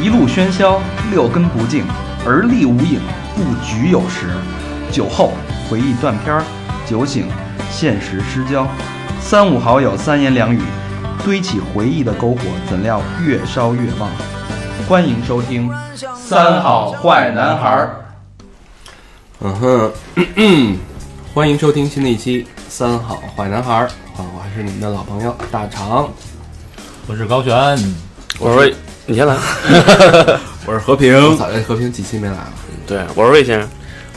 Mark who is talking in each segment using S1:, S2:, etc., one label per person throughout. S1: 一路喧嚣，六根不净，而立无影，不局有时。酒后回忆断片儿，酒醒现实失焦。三五好友三言两语，堆起回忆的篝火，怎料越烧越旺。欢迎收听《三好坏男孩儿
S2: 嗯哼， 欢迎收听新的一期《三好坏男孩》儿》啊，我还是你们的老朋友大长，
S3: 我是高璇，
S4: 我说你先来，
S5: 我是和平，
S2: 我早就和平几期没来了。
S4: 对我是魏先生，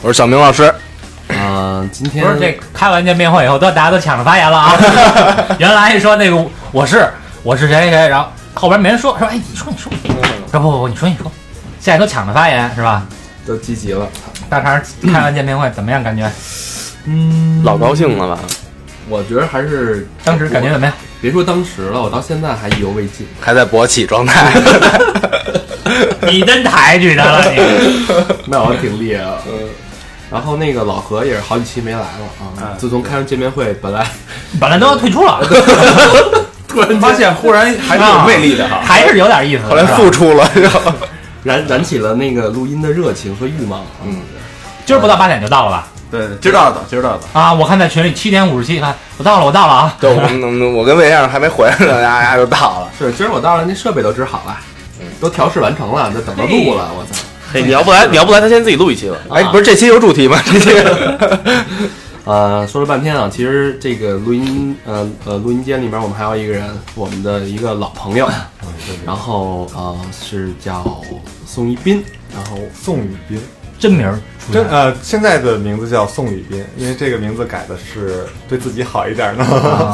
S4: 我是小明老师，
S2: 啊、今
S3: 不
S2: 天
S3: 是这开完见面会以后，都大家都抢着发言了啊！ 原来一说那个我是我是谁谁谁，然后后边没人说，说哎你说你说，说不不不你说你说，现在都抢着发言是吧？
S2: 都积极了，
S3: 大肠开完见面会怎么样？感觉
S4: 老高兴了吧？
S2: 我觉得还是
S3: 当时感觉怎么样？
S2: 别说当时了，我到现在还意犹未尽。
S4: 还在勃起状 态，
S3: 你真抬举他了你！
S2: 那我挺厉害了。然后那个老何也是好几期没来了啊，自从开完见面会，本来
S3: 本来都要退出 了，
S2: 突然
S5: 发现忽然还是有魅力的哈。
S3: 还是有点意思的。
S4: 后来
S3: 是吧
S4: 复出 了，然后
S2: 燃燃起了那个录音的热情和欲望。嗯，
S3: 今儿不到八点就到了吧？
S5: 对，对，知道的，知道的。
S3: 啊，我看在群里七点五十七，看我到了我到了啊！
S4: 对，我们我跟魏先生还没回来呢，呀呀就到了。
S2: 是今儿我到了，那设备都支好了，都调试完成了，就等着录了。我操！
S4: 嘿，哎你要不来，你要不来，他先自己录一期吧。哎，不是这期有主题吗？这 期
S2: 呃，说了半天啊，其实这个录音，呃呃，录音间里面我们还有一个人，我们的一个老朋友，
S6: 嗯
S2: 然后呃是叫宋一斌，然后
S6: 宋雨斌，
S3: 真名儿出
S6: 真
S3: 现，
S6: 呃，现在的名字叫宋雨斌，因为这个名字改的是对自己好一点呢。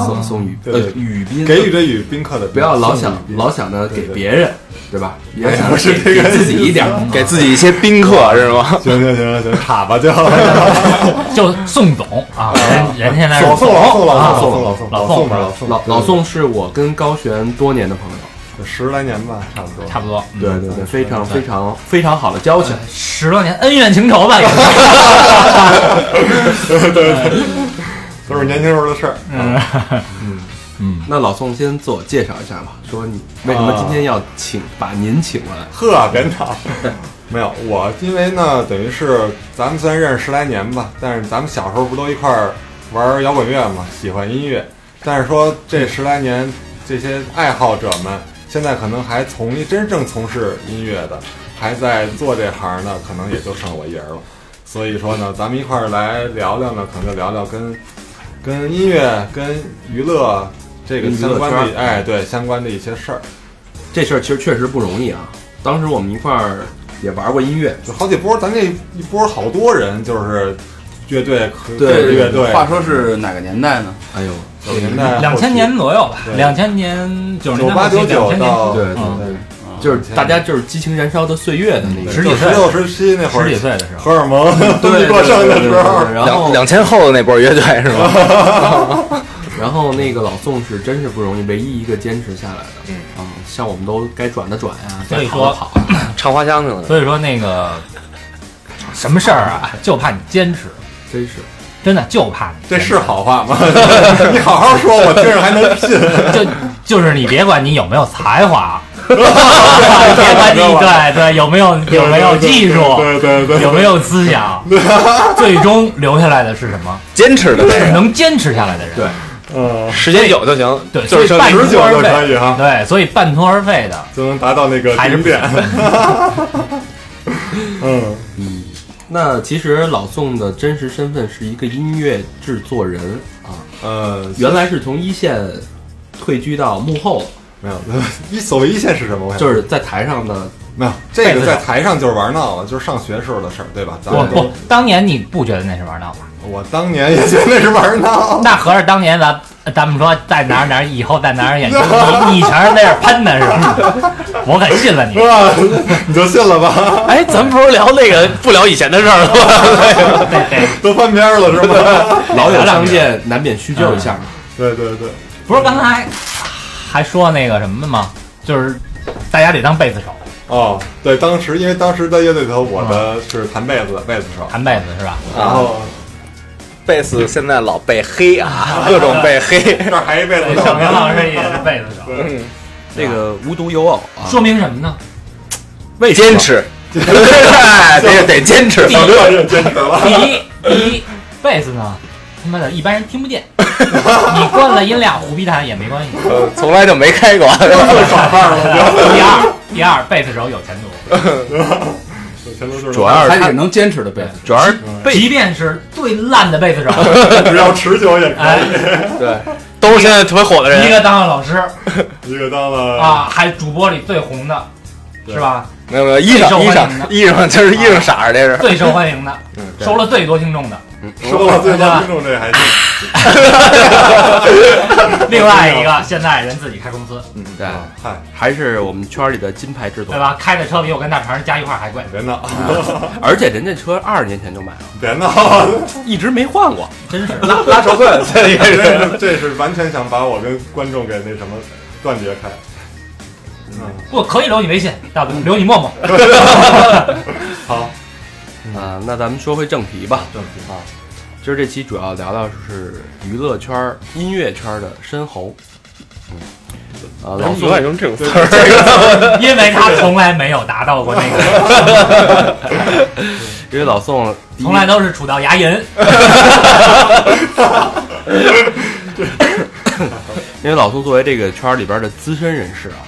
S2: 宋宋宇
S6: 对
S2: 呃
S6: 对
S2: 宇斌，
S6: 啊给予着与宾客的宾，
S2: 不要老想
S6: 宋雨斌
S2: 老想着给
S6: 对对
S2: 别人，对吧？也想
S6: 不是
S2: 着
S6: 这
S2: 给
S6: 个
S2: 给自己
S6: 意思
S2: 一点儿，
S4: 给自己一些宾客是吗？
S6: 行行行行，卡吧就。
S3: 就宋总啊，人人现在是
S6: 老宋老宋老
S3: 啊
S6: 宋老宋
S3: 老
S6: 老
S3: 宋
S6: 宋吧老宋
S2: 老老宋是我跟高璇多年的朋友，
S6: 十来年吧，差不多
S3: 差不多，嗯
S2: 对对对，非常非常非常好的交情。
S3: 十多年恩怨情仇吧，也是
S6: 都是年轻时候的事儿。
S3: 嗯
S2: 那老宋先自我介绍一下吧，说你为什么今天要请把您请过来？
S6: 呵，别闹。没有我，因为呢，等于是咱们虽然认识十来年吧，但是咱们小时候不都一块儿玩摇滚乐嘛，喜欢音乐。但是说这十来年，这些爱好者们现在可能还从真正从事音乐的，还在做这行呢，可能也就剩我一人了。所以说呢，咱们一块儿来聊聊呢，可能就聊聊跟跟音乐、跟娱乐这个
S2: 跟娱乐
S6: 相关
S2: 圈
S6: 的，
S2: 儿
S6: 哎，对相关的一些事儿。
S2: 这事儿其实确实不容易啊。当时我们一块儿也玩过音乐，
S6: 就好几波，咱这一波好多人就是乐队，
S2: 对
S6: 乐队，
S5: 话说是哪个年代呢？
S2: 哎呦，
S6: 九十年代后期
S3: 两千年左右吧，
S6: 对
S3: 两千年九十
S6: 九
S3: 年
S6: 八
S3: 代
S6: 九
S3: 末期
S6: 九
S3: 2000年
S6: 到
S2: 对对
S3: 嗯
S6: 对
S2: 就是大家就是激情燃烧的岁月的那个
S3: 十
S6: 十
S3: 几岁
S6: 六十七那会儿
S3: 十几，岁的时候，
S6: 荷尔蒙都
S2: 对
S6: 没 过剩的时候，
S2: 然
S4: 两
S2: 后
S4: 两千后的那波乐队是吗？
S2: 然后那个老宋是真是不容易，唯一一个坚持下来的。嗯像我们都该转的转呀，
S3: 所以
S2: 该跑的
S3: 说
S2: 跑啊。
S4: 唱花香去了。
S3: 所以说那个什么事儿啊，就怕你坚持，
S2: 真是
S3: 真的就怕你
S6: 这
S3: 坚持，
S6: 是好话吗？ 你好好说，我听着还能信。
S3: 就就是你别管你有没有才华， 别管你对对有没有 有没有技术，
S6: 对对对，
S3: 有没有思 想，最终留下来的是什么？
S4: 坚持的
S3: 是能坚持下来的人。
S2: 对
S6: 嗯，
S4: 时间久就行，
S3: 对，
S4: 就
S3: 所以
S4: 是剩
S3: 半
S6: 持久
S3: 途而
S6: 就可
S3: 废，
S6: 以哈，
S3: 对，所以半途而废的，
S6: 就能达到那个
S3: 还是
S6: 顶点。 嗯，
S2: 那其实老宋的真实身份是一个音乐制作人啊，
S6: 呃，
S2: 原来是从一线退居到幕后，
S6: 没有， 一所谓一线是什
S1: 哎
S6: 么？我想
S2: 就是在台上的
S6: 没有这
S3: 被
S6: 个
S3: 子
S6: 在
S3: 手
S6: 台上就是玩闹了，就是上学时候的事儿，对吧？咱
S3: 我
S6: 们
S3: 不
S6: 都，
S3: 当年你不觉得那是玩闹吧？
S6: 我当年也觉得是玩闹，
S3: 那合着当年咱咱们说在哪儿哪儿，以后在哪儿演出，你你全是在这儿喷的是吧？我可信了你
S6: 是，吧？ 你就信了吧？
S4: 哎，咱们不是聊那个不聊以前的事儿了吗？
S3: 对对，
S6: 都翻篇了是吗？
S2: 老友相见，难免叙
S1: 嗯
S2: 旧一下嘛。
S6: 对对对，
S3: 不是刚才还说那个什么吗？就是大家得当贝斯手，
S6: 哦，对，当时嗯啊因为当时在乐队里头，我的是弹贝斯，贝斯手，
S3: 弹贝斯是吧？
S6: 然后
S4: 贝斯现在老被黑啊，各种被黑。
S6: 这儿还一辈子
S3: 小明老师也是贝斯手，
S1: 这个无独有偶啊，
S3: 说明什么呢？
S4: 为坚 持，哎得得坚持。
S6: 小六认真的 了。
S3: 第 一，第一，贝斯呢，他妈的一般人听不见，你关了音量，虎逼弹也没关系。
S4: 呃从来就没开 过。
S3: 第二，第二，贝斯手有前途，
S4: 主要
S5: 还
S4: 是
S5: 得是
S4: 他，
S5: 能坚持的贝斯。
S4: 主要是
S3: 即便是最烂的贝斯手，
S6: 只要持久也可
S3: 哎，
S4: 对，都是现在特别火的
S3: 一
S4: 人。
S3: 个当了老师
S6: 以。一个当了，
S3: 啊，还主播里最红的，是吧？
S4: 没有没有，衣
S3: 受
S4: 裳
S3: 欢
S4: 衣
S3: 迎
S4: 裳
S3: 的
S4: 衣裳就是衣裳色儿，这是。
S3: 最受欢迎的，收了最多听众的。
S6: 收了最多听众这还行。
S3: 另外一个，现在人自己开公司，
S6: 嗯
S1: 对，
S6: 哦嗨，
S1: 还是我们圈里的金牌制作
S3: 对，吧？开的车比我跟大肠加一块儿还贵，
S6: 别闹，啊
S1: 而且人家车二十年前就买了，
S6: 别闹，
S1: 一直没换过。
S3: 真是。
S4: 拉仇恨，
S6: 这是这是完全想把我跟观众给那什么断绝开。
S3: 我可以留你微信，大不留你陌陌。
S6: 好，
S1: 啊，那咱们说回正题吧。
S6: 正题
S1: 啊，今儿这期主要聊聊是娱乐圈儿、音乐圈儿的深喉。嗯，啊，老
S4: 老
S1: 宋
S4: 总爱用这种词儿。
S3: 因为他从来没有达到过那个，
S1: 因为老宋第一
S3: 从来都是杵到牙龈。
S1: 因为老宋作为这个圈儿里边儿的资深人士啊，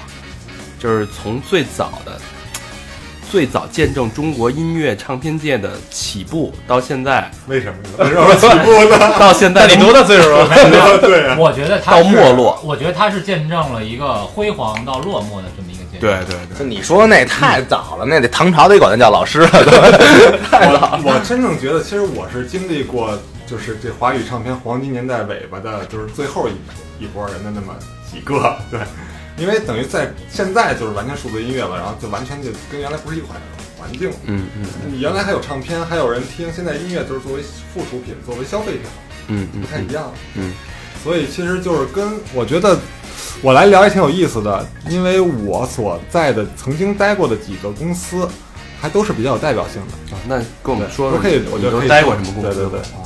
S1: 就是从最早的、最早见证中国音乐唱片界的起步，到现 在，
S6: 为什么呢？为什么起
S4: 啊
S6: 步呢？
S1: 到现在，
S4: 你多大岁数了？
S6: 对啊，
S3: 我觉得他
S1: 到
S3: 是
S1: 没落，
S3: 我觉得他是见证了一个辉煌到落寞的这么一个阶段。
S1: 对对对，
S4: 你说那太早了，那得唐朝得管他叫老师了。
S6: 我我真正觉得，其实我是经历过，就是这华语唱片黄金年代尾巴的，就是最后一一波人的那么几个，对，因为等于在现在就是完全数字音乐了，然后就完全就跟原来不是一款环境了。
S1: 嗯嗯
S6: 你原来还有唱片，还有人听，现在音乐就是作为附属品，作为消费品，
S1: 嗯
S6: 不
S1: 嗯
S6: 太
S1: 嗯
S6: 一，样了。
S1: 嗯，
S6: 所以其实就是跟我觉得我来聊也挺有意思的，因为我所在的曾经待过的几个公司，还都是比较有代表性的。
S1: 啊那跟我
S6: 对
S1: 们说
S6: 都
S1: 说，
S6: 可以，我
S1: 你
S6: 觉得
S1: 都
S6: 可以
S1: 待
S6: 说
S1: 过什么公司？
S6: 对对对。啊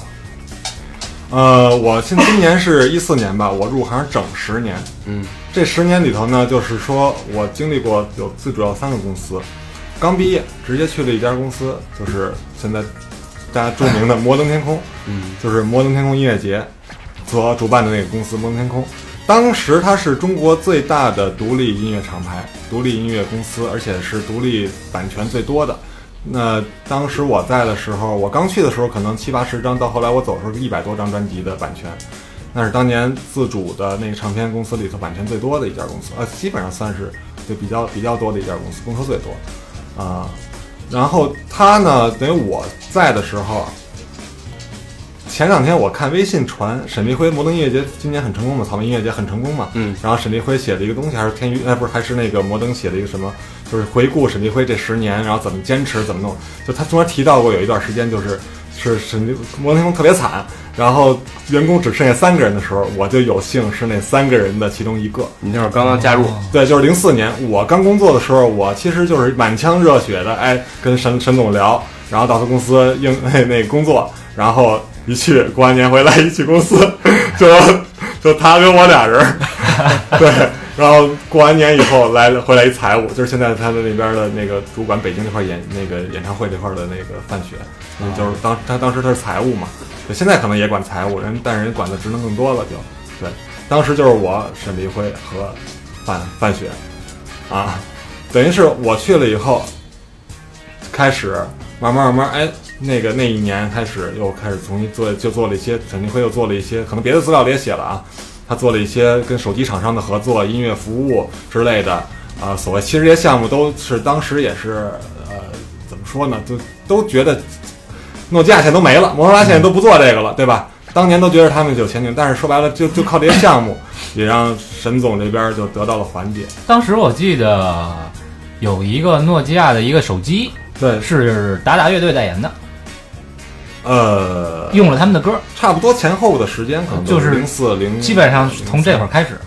S6: 呃，我现今年是一四年吧，我入行整十年。
S1: 嗯，
S6: 这十年里头呢，就是说我经历过有最主要三个公司，刚毕业直接去了一家公司，就是现在大家著名的摩登天空，
S1: 嗯
S6: 就是摩登天空音乐节所主办的那个公司摩登天空。当时它是中国最大的独立音乐厂牌、独立音乐公司，而且是独立版权最多的。那当时我在的时候，我刚去的时候可能七八十张，到后来我走的时候一百多张专辑的版权，那是当年自主的那个唱片公司里头版权最多的一家公司，呃，基本上算是就比较比较多的一家公司，公司最多啊、然后他呢，等于我在的时候，啊前两天我看微信传沈立辉摩登音乐节今年很成功嘛，草莓音乐节很成功嘛，
S1: 嗯，
S6: 然后沈立辉写了一个东西，还是天娱，哎，不是，还是那个摩登写了一个什么，就是回顾沈立辉这十年，然后怎么坚持，怎么弄。就他中间提到过有一段时间，就是是沈立摩登天空特别惨，然后员工只剩下三个人的时候，我就有幸是那三个人的其中一个。
S1: 你那会儿刚刚加入，
S6: 对，就是零四年我刚工作的时候，我其实就是满腔热血的，哎，跟沈沈总聊，然后到他公司应 那那工作，然后一去过完年回来一去公司， 就就他跟我俩人儿， 对，然后过完年以后来回来一财务，就是现在他的那边的那个主管，北京那块儿演那个演唱会这块儿的那个范雪，就是当他当时他是财务嘛，对，现在可能也管财务，人但是人管的职能更多了就，对，当时就是我沈立辉和范范雪，啊，等于是我去了以后，开始慢慢慢慢，哎，那个那一年开始又开始重新做，就做了一些沈立辉又做了一些，可能别的资料里也写了啊，他做了一些跟手机厂商的合作、音乐服务之类的，啊，所谓其实这些项目都是当时也是呃怎么说呢，就都觉得诺基亚现在都没了，摩托罗拉现在都不做这个了，对吧？当年都觉得他们有前景，但是说白了，就就靠这些项目，也让沈总这边就得到了缓解。
S3: 当时我记得有一个诺基亚的一个手机
S6: 对，
S3: 是达达乐队代言的，
S6: 呃，
S3: 用了他们的歌，
S6: 差不多前后的时间可能
S3: 就是
S6: 零四零，
S3: 基本上从这会儿开始。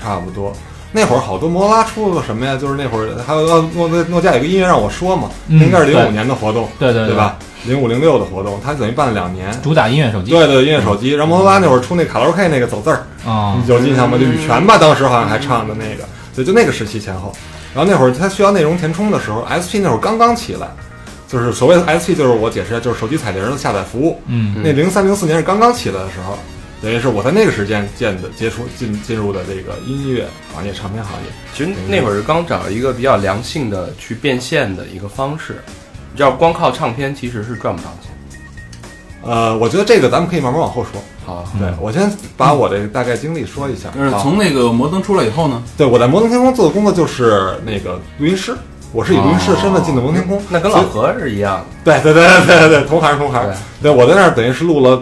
S6: 差不多。那会儿好多摩拉出了什么呀？就是那会儿还有呃诺诺诺基亚有个音乐让我说嘛，
S3: 嗯
S6: 那应该是零
S3: 对
S6: 五年的活动，
S3: 对对
S6: 对？吧？零五零六的活动，它等于办了两年。
S3: 主打音乐手机，
S6: 对对，音乐手机，然后摩托拉那会儿出那卡拉 OK 那个走字儿，
S3: 啊
S6: 你，有印象吗？就羽泉吧，当时好像还唱的那个，对，就那个时期前后。然后那会儿他需要内容填充的时候，SP 那会儿刚刚起来，就是所谓的 SP，就是我解释一下，就是手机彩铃的下载服务。
S3: 嗯，
S6: 那零三零四年是刚刚起来的时候，等于是我在那个时间见的接触进进入的这个音乐行业、唱片行业。
S2: 其实那会儿刚找一个比较良性的去变现的一个方式，要光靠唱片其实是赚不着钱。
S6: 呃，我觉得这个咱们可以慢慢往后说。
S2: 好啊，
S6: 对我先把我的大概经历说一下。
S5: 嗯就是
S6: 好
S5: 从那个摩登出来以后呢，
S6: 对我在摩登天空做的工作就是那个录音师，我是以录音师的身份进的摩登天
S5: 哦
S6: 空。
S2: 那跟老何是一样的。
S6: 对对对对对对，同行同行
S2: 对。
S6: 对，我在那儿等于是录了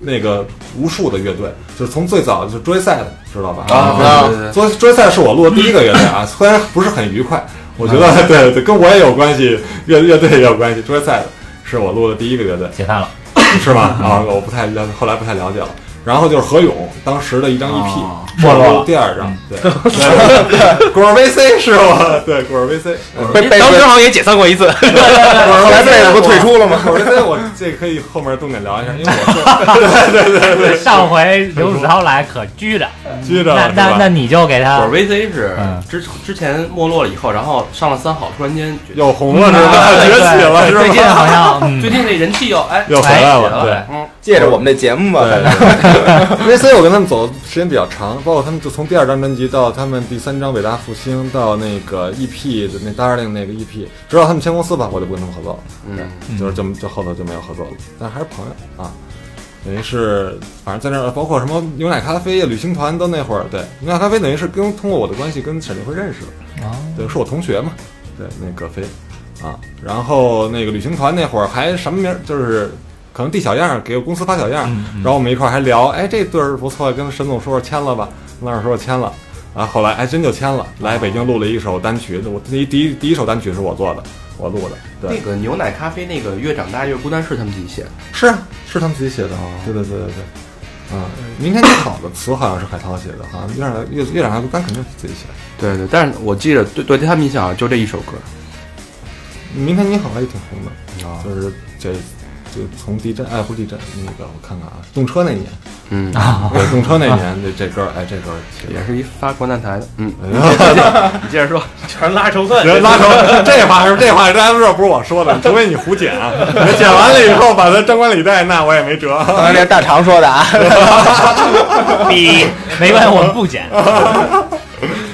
S6: 那个无数的乐队，就是从最早就是追赛的，知道吧？
S2: 啊对对对
S6: 追追赛是我录的第一个乐队啊，虽然不是很愉快，我觉得、对对对，跟我也有关系，乐乐队也有关系。追赛的是我录的第一个乐队，
S3: 解散了，
S6: 是吧？啊，我不太了，后来不太了解了。然后就是何勇当时的一张 EP，、
S5: 哦
S6: 是我录的第二张，对， 对，果儿 VC 是我，对，果儿 VC，嗯
S4: 被被当时好像也解散过一次，来被子不退出了吗？
S6: 果儿 VC 我这可以后面重点聊一下，因为我是
S3: 上回刘子超来可拘着，
S6: 拘 着
S3: 那
S6: 了，
S3: 那那你就给
S2: 我
S3: 他
S2: 是 VC 是
S3: 啊嗯
S2: 之之前没落了以后，然后上了三好，突然间觉得
S6: 又红了是吧？
S3: 嗯对
S6: 崛起了是吧？
S3: 最近好像，嗯
S2: 最近这人气又哎
S6: 又回来了
S2: 哎
S6: 对
S2: 嗯，
S4: 借着我们这节目嘛，反正
S6: 对 ，VC 我跟他们走的时间比较长，包括他们就从第二张专辑到他们第三张《伟大复兴》到那个 EP 的那 Darling 那个 EP，直到他们签公司吧，我就不跟他们合作了。
S2: 嗯，
S6: 就是就就后头就没有合作了，但还是朋友啊。等于是，反正在那儿，包括什么牛奶咖啡、旅行团都那会儿，对，牛奶咖啡等于是跟通过我的关系跟沈立辉认识的，
S3: 哦
S6: 对，是我同学嘛，对，那葛飞啊，然后那个旅行团那会儿还什么名儿，就是可能递小样儿给公司发小样儿，然后我们一块儿还聊，哎，这对儿不错，跟沈总说说签了吧，那儿说说签了，啊，后来还真就签了，来北京录了一首单曲，我第一第一第一首单曲是我做的，我录的，对，
S2: 那个牛奶咖啡那个越长大越孤单是他们自己写的，
S6: 是啊，是他们自己写的。对对对对对。哦啊，明天你好的词好像是海涛写的，好像月亮月月亮还不干肯定是自己写的。
S2: 对对，但是我记得对对他们印象就这一首歌，
S6: 明天你好还挺红的，
S2: 啊
S6: 就是这就从地震爱护地震那个我看看啊，动车那年，
S2: 嗯，
S6: 对，动车那年这这歌儿哎这歌儿起
S2: 也
S6: 的。
S2: 是一发国难台的，嗯，
S6: 哎呀
S2: 你接着说，
S4: 全拉仇 恨。
S6: 人拉仇恨，这话是这话，这还不是不是我说的，除非你胡剪，啊你剪完了以后把它张冠李戴，那我也没辙。
S4: 刚才这是大肠说的啊，
S3: 比没关系，我们不 剪。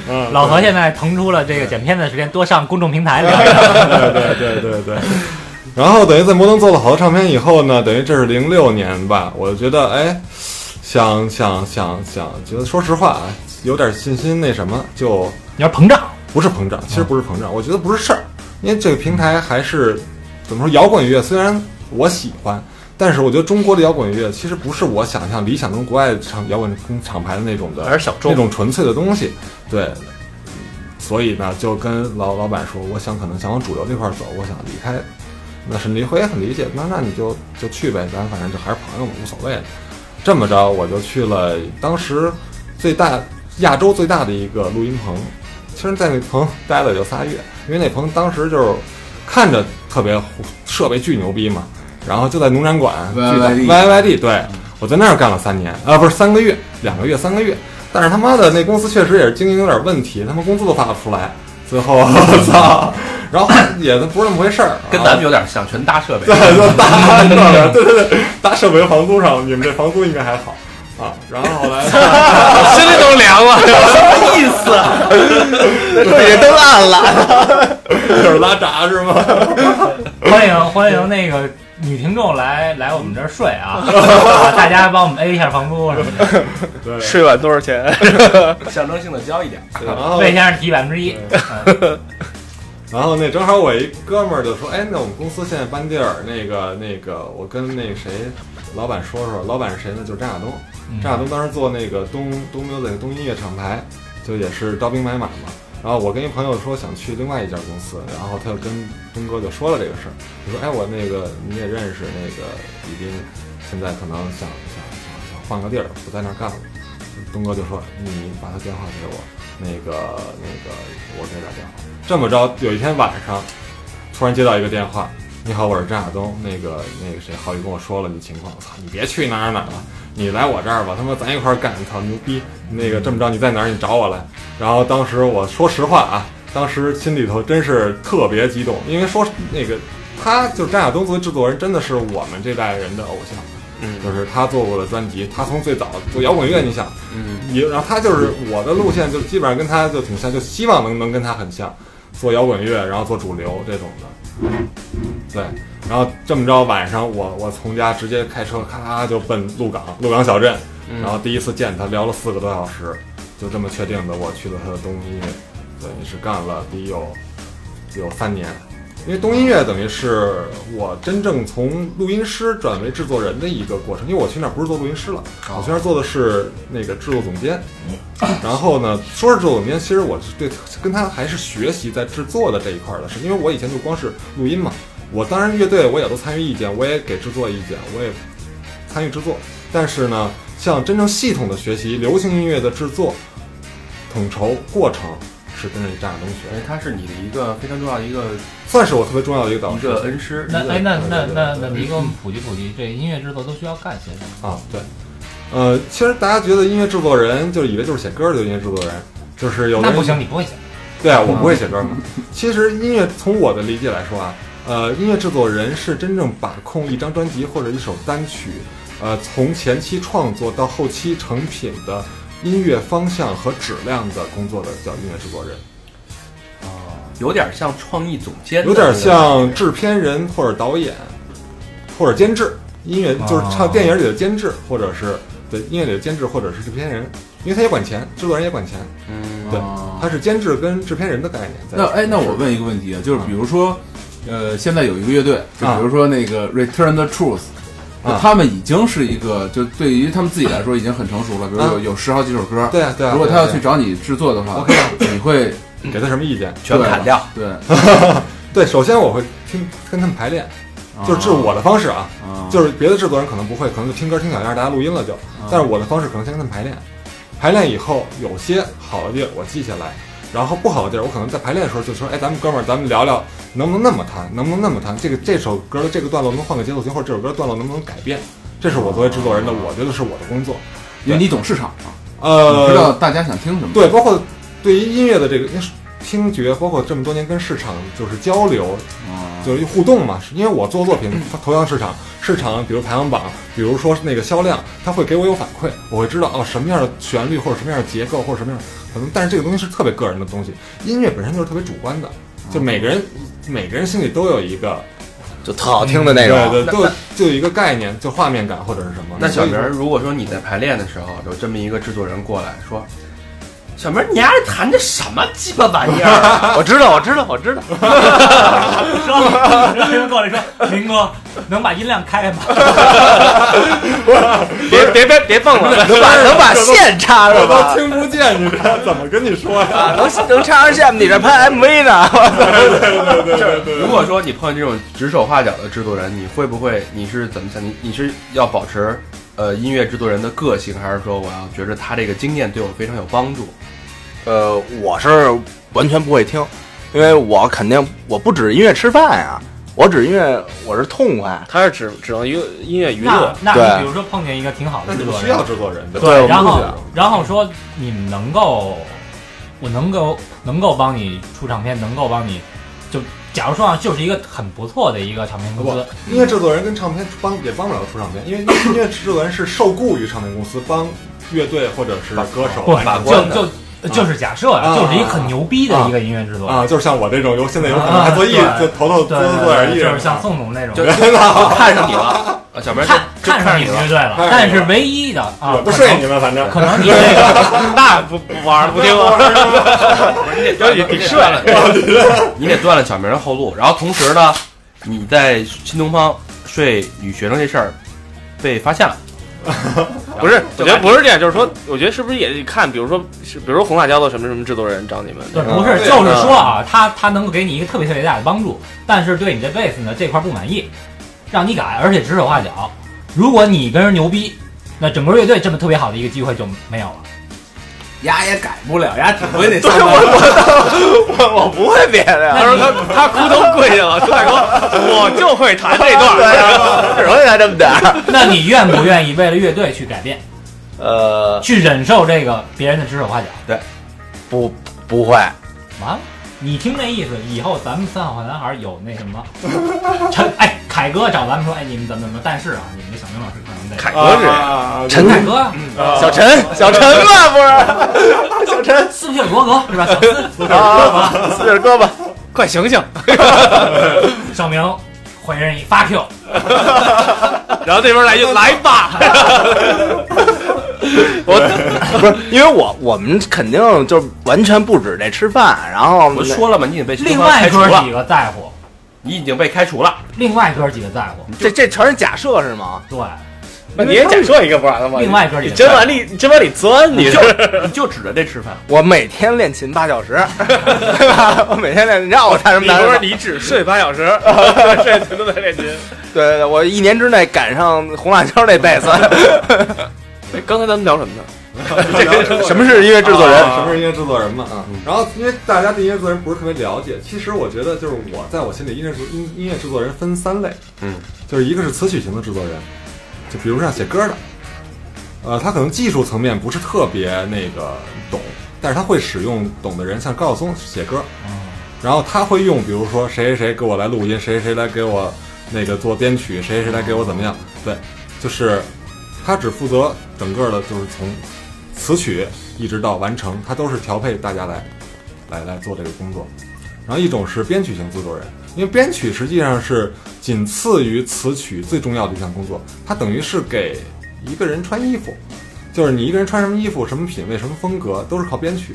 S6: 嗯
S3: 老何现在腾出了这个剪片的时间，多上公众平台聊 一聊。
S6: 对对对对对。然后等于在摩登做了好多唱片以后呢，等于这是零六年吧，我觉得哎，想想想想，觉得说实话啊，有点信心那什么，就
S3: 你要膨胀，
S6: 不是膨胀，其实
S4: 嗯
S6: 不是膨胀，我觉得不是事儿，因为这个平台还是怎么说，摇滚乐虽然我喜欢，但是我觉得中国的摇滚乐其实不是我想象理想中国外厂摇滚厂牌的那种的，
S4: 还是小
S6: 那
S4: 众。
S6: 种纯粹的东西，对。所以呢，就跟老老板说，我想可能想往主流这块儿走，我想离开。那沈立辉也很理解，那那你就就去呗，咱反正就还是朋友嘛，无所谓。这么着，我就去了当时最大亚洲最大的一个录音棚，其实在那棚待了有仨月，因为那棚当时就是看着特别设备巨牛逼嘛，然后就在农展馆
S5: YYD
S6: Y Y D，对我在那儿干了三年啊，不是三个月，两个月三个月，但是他妈的那公司确实也是经营有点问题，他们工资都发不出来，最后 我操，然后也不是那么回事儿，
S2: 跟咱们有点像，全搭设 备，
S6: 对，就搭设备，对对对，搭设备和房租上，你们这房租应该还好啊。然后后来。
S4: 心里都 凉了，意
S2: 啊
S4: 思？说也都暗了，
S6: 就是拉闸是吗？
S3: 欢迎欢迎那个女听众来来我们这儿睡啊！ 啊大家帮我们 A 一下房租什么的，
S6: 对
S4: 睡碗多少钱？
S2: 象征性的交一点，
S6: 然后
S3: 魏先生提百分之一。嗯
S6: 然后那正好我一哥们儿就说，哎，那我们公司现在搬地儿，那个那个，我跟那个谁，老板说说，老板是谁呢？就是张亚东。张亚东当时做那个东东 music 东音乐厂牌，就也是招兵买马嘛。然后我跟一朋友说想去另外一家公司，然后他就跟东哥就说了这个事儿，就说哎我那个你也认识那个李斌，现在可能想想想想换个地儿，不在那儿干了。东哥就说你把他电话给我，那个那个我给他打电话。这么着，有一天晚上突然接到一个电话，你好，我是张亚东，那个那个谁，浩宇跟我说了你情况，我操，你别去哪儿哪儿了，你来我这儿吧，他妈咱一块儿干，操牛逼，那个这么着你在哪儿你找我来。然后当时我说实话啊，当时心里头真是特别激动，因为说那个他就是张亚东作为制作人，真的是我们这代人的偶像。
S2: 嗯
S6: 就是他做过的专辑，他从最早做摇滚乐，你想，
S2: 嗯
S6: 也然后他就是我的路线，就基本上跟他就挺像，就希望能能跟他很像，做摇滚乐，然后做主流这种的。对，然后这么着，晚上我我从家直接开车咔咔就奔鹿港，鹿港小镇，
S2: 嗯
S6: 然后第一次见他聊了四个多小时，就这么确定的，我去了他的东音乐，等于是干了得有有三年。因为东音乐等于是我真正从录音师转为制作人的一个过程，因为我去那儿不是做录音师了，我去那儿做的是那个制作总监。然后呢，说是制作总监，其实我是对跟他还是学习在制作的这一块儿的事，因为我以前就光是录音嘛，我当然乐队我也都参与意见，我也给制作意见，我也参与制作。但是呢，像真正系统的学习流行音乐的制作、统筹过程，是跟着张亚东学的，
S2: 哎，他是你的一个非常重要的一个
S6: 算是我特别重要的一个导
S2: 一
S6: 师。
S2: 个恩师。
S3: 那
S2: 一个
S3: 哎，那
S6: 对
S3: 那
S6: 对
S3: 那
S6: 对
S3: 那你给我们普及普及，这音乐制作都需要干些什么？
S6: 啊，对，呃，其实大家觉得音乐制作人就以为就是写歌的音乐制作人，就是有的
S3: 那
S6: 人
S3: 不行，你 嗯不会想。
S6: 对啊，我不会写歌嘛。其实音乐从我的理解来说啊，呃，音乐制作人是真正把控一张专辑或者一首单曲，呃，从前期创作到后期成品的音乐方向和质量的工作的叫音乐制作人，
S2: 有点像创意总监的
S6: 有
S2: 那个，
S6: 点像制片人或者导演或者监制，音乐
S5: 哦
S6: 就是唱电影里的监制，或者是对音乐里的监制或者是制片人，因为他也管钱，制作人也管钱，
S2: 嗯，
S6: 对，他是监制跟制片人的概念在。
S5: 那哎，那我问一个问题啊，就是比如说，呃，现在有一个乐队，就
S6: 啊
S5: 比如说那个 Return the Truth，
S6: 啊
S5: 就他们已经是一个，就对于他们自己来说已经很成熟了，比如
S6: 啊
S5: 有有十好几首歌。
S6: 对啊对啊，
S5: 如果他
S6: 对啊
S5: 要去找你制作的话
S6: OK 啊，
S5: 你会
S6: 对啊给他什么意见？
S2: 全砍掉。
S5: 对，
S6: 对，首先我会听跟他们排练，就是这是我的方式啊，
S5: 啊
S6: 就是别的制作人可能不会，可能就听歌听小样，大家录音了就。但是我的方式可能先跟他们排练，排练以后有些好的地儿我记下来，然后不好的地儿我可能在排练的时候就说，哎，咱们哥们儿，咱们聊聊能不能那么弹，能不能那么弹，这个这首歌的这个段落能换个节奏型，或者这首歌的段落能不能改变，这是我作为制作人的，我觉得是我的工作。
S5: 因为你懂市场嘛，
S6: 呃，
S5: 你知道大家想听什么。
S6: 对，包括对于音乐的这个听觉，包括这么多年跟市场就是交流，
S5: 啊，
S6: 就是一互动嘛，是因为我做作品它投向市场，市场比如排行榜，比如说是那个销量，它会给我有反馈，我会知道哦什么样的旋律或者什么样的结构或者什么样的可能，但是这个东西是特别个人的东西，音乐本身就是特别主观的，就每个人每个人心里都有一个
S4: 就特好听的那种。
S6: 对对，都有就有一个概念，就画面感或者是什么。
S2: 那小
S6: 所以
S2: 明
S6: 说
S2: 儿，如果说你在排练的时候有这么一个制作人过来说，小明儿，你丫弹的什么鸡巴玩意儿？啊
S4: 我知道，我知道，我知道。
S3: 说，然后人过来说，明哥能把音量开 开吗？
S4: 别别别别蹦了，能把能 把线插上
S6: 我都
S4: 吧？
S6: 听不见你这 怎么跟你说呀？
S4: 啊，能能插上线，你这拍 MV 呢？
S2: 如果说你碰见这种指手画脚的制作人，你会不会？你是怎么想？你你是要保持呃音乐制作人的个性，还是说我要觉着他这个经验对我非常有帮助？
S4: 呃，我是完全不会听，因为我肯定我不指音乐吃饭呀、我指音乐我是痛快。
S7: 他是只只能娱音乐娱
S3: 那
S7: 乐，
S3: 那
S4: 对
S3: 你比如说碰见一个挺好
S6: 那
S3: 的
S6: 你
S3: 制
S6: 们
S3: 作
S6: 需
S3: 人
S6: 要，制作人的，
S4: 对，我
S3: 然
S4: 们
S3: 后
S6: 啊
S3: 然后说你们能够，我能够能够帮你出唱片，能够帮你，就假如说啊，就是一个很不错的一个唱片公司，
S6: 音乐制作人跟唱片帮也帮不了出唱片，因为音乐制作人是受雇于唱片公司，帮乐队或者是歌手
S3: 不
S6: 来把
S3: 就就就是假设
S6: 啊
S3: 呀，就是一个很牛逼的一个音乐制作人。
S6: 啊，就是像我这种有现在有可能还做艺，
S3: 啊
S6: 就头头
S3: 对
S6: 做做点艺
S3: 对，
S6: 人，
S3: 就是像宋总那种，
S2: 就就我看上你了，啊，小明儿就
S3: 看
S2: 就
S3: 看上你们乐队了
S6: 看上你了，
S3: 但是唯一的啊
S6: 我，不
S3: 可
S6: 睡
S3: 能
S6: 你们，啊反正
S3: 可能 你这个
S7: 那不不玩儿不听了。
S2: 你得你得断 了，你得断了小明的后路。然后同时呢，你在新东方睡女学生这事儿被发现了，
S7: 不是，我觉得不是这样，就是说，我觉得是不是也得看，比如说是，比如说红发交的什么什么制作人找你们，
S3: 对，不是，就是说啊，他他能够给你一个特别特别大的帮助，但是对你这辈子呢这块不满意，让你改，而且指手画脚。如果你跟人牛逼，那整个乐队这么特别好的一个机会就没有了。
S5: 丫也改不了，丫只会那
S4: 对我
S5: 三段儿。
S4: 我我我不会别的
S7: 他
S4: 呀，
S7: 说他
S6: 啊
S7: 他哭都跪下了，大 哥，我就会弹这段
S4: 对
S7: 儿。
S2: 啊
S4: 呀，只会他这么点儿。
S3: 那你愿不愿意为了乐队去改变，
S4: 呃，
S3: 去忍受这个别人的指手画脚？
S4: 不不会，
S7: 啊
S3: 完了，啊你听那意思，以后咱们三好坏男孩有那什么，陈哎凯哥找咱们说，哎你们怎么怎么？但是啊，你们这小明老师可能得
S7: 凯哥
S6: 合
S7: 是
S6: 适
S7: 谁。
S4: 陈
S3: 凯哥
S6: 嗯
S3: 啊，
S4: 小陈小陈吧， 不是小陈，
S3: 斯皮尔伯格 是吧？小斯，
S4: 啊，撕点胳膊，
S7: 快醒 醒！
S3: 小明回人一发 Q，
S7: 然后那边来一句来吧，
S4: 不是，因为我我们肯定就完全不止这吃饭，然后
S2: 我说了嘛，你已经被
S3: 另外
S2: 开除
S3: 哥
S2: 了
S3: 几，个在乎，
S2: 你已经被开除了。
S3: 另外哥几个在乎，
S4: 这这全是假设是吗？
S6: 哎
S3: 对，
S7: 你也假设一个不然了吗？
S3: 另外哥几
S7: 你
S3: 个
S7: 真
S3: 在
S7: 往里你真往里钻，你是
S2: 你就指着这吃饭，
S4: 我每天练琴八小时，对吧？我每天练，你让我干什么
S7: 你
S4: 难
S7: 不是
S4: 事？
S7: 你只睡八小时，睡全都在练琴。
S4: 对对对，我一年之内赶上红辣椒那 贝斯，
S7: 哎刚才咱们聊什么呢？
S4: 什么是音乐制作人？
S6: 啊什么是音乐制作人嘛？嗯，然后因为大家对音乐制作人不是特别了解，其实我觉得就是我在我心里音乐制音音乐制作人分三类，
S2: 嗯，
S6: 就是一个是词曲型的制作人，就比如像写歌的，呃，他可能技术层面不是特别那个懂，但是他会使用懂的人，像高晓松写歌，然后他会用比如说谁谁谁给我来录音，谁谁谁来给我那个做编曲，谁谁谁来给我怎么样，对，就是他只负责整个的，就是从词曲一直到完成，他都是调配大家来来来做这个工作。然后一种是编曲型制作人，因为编曲实际上是仅次于词曲最重要的一项工作，它等于是给一个人穿衣服，就是你一个人穿什么衣服、什么品味、什么风格，都是靠编曲。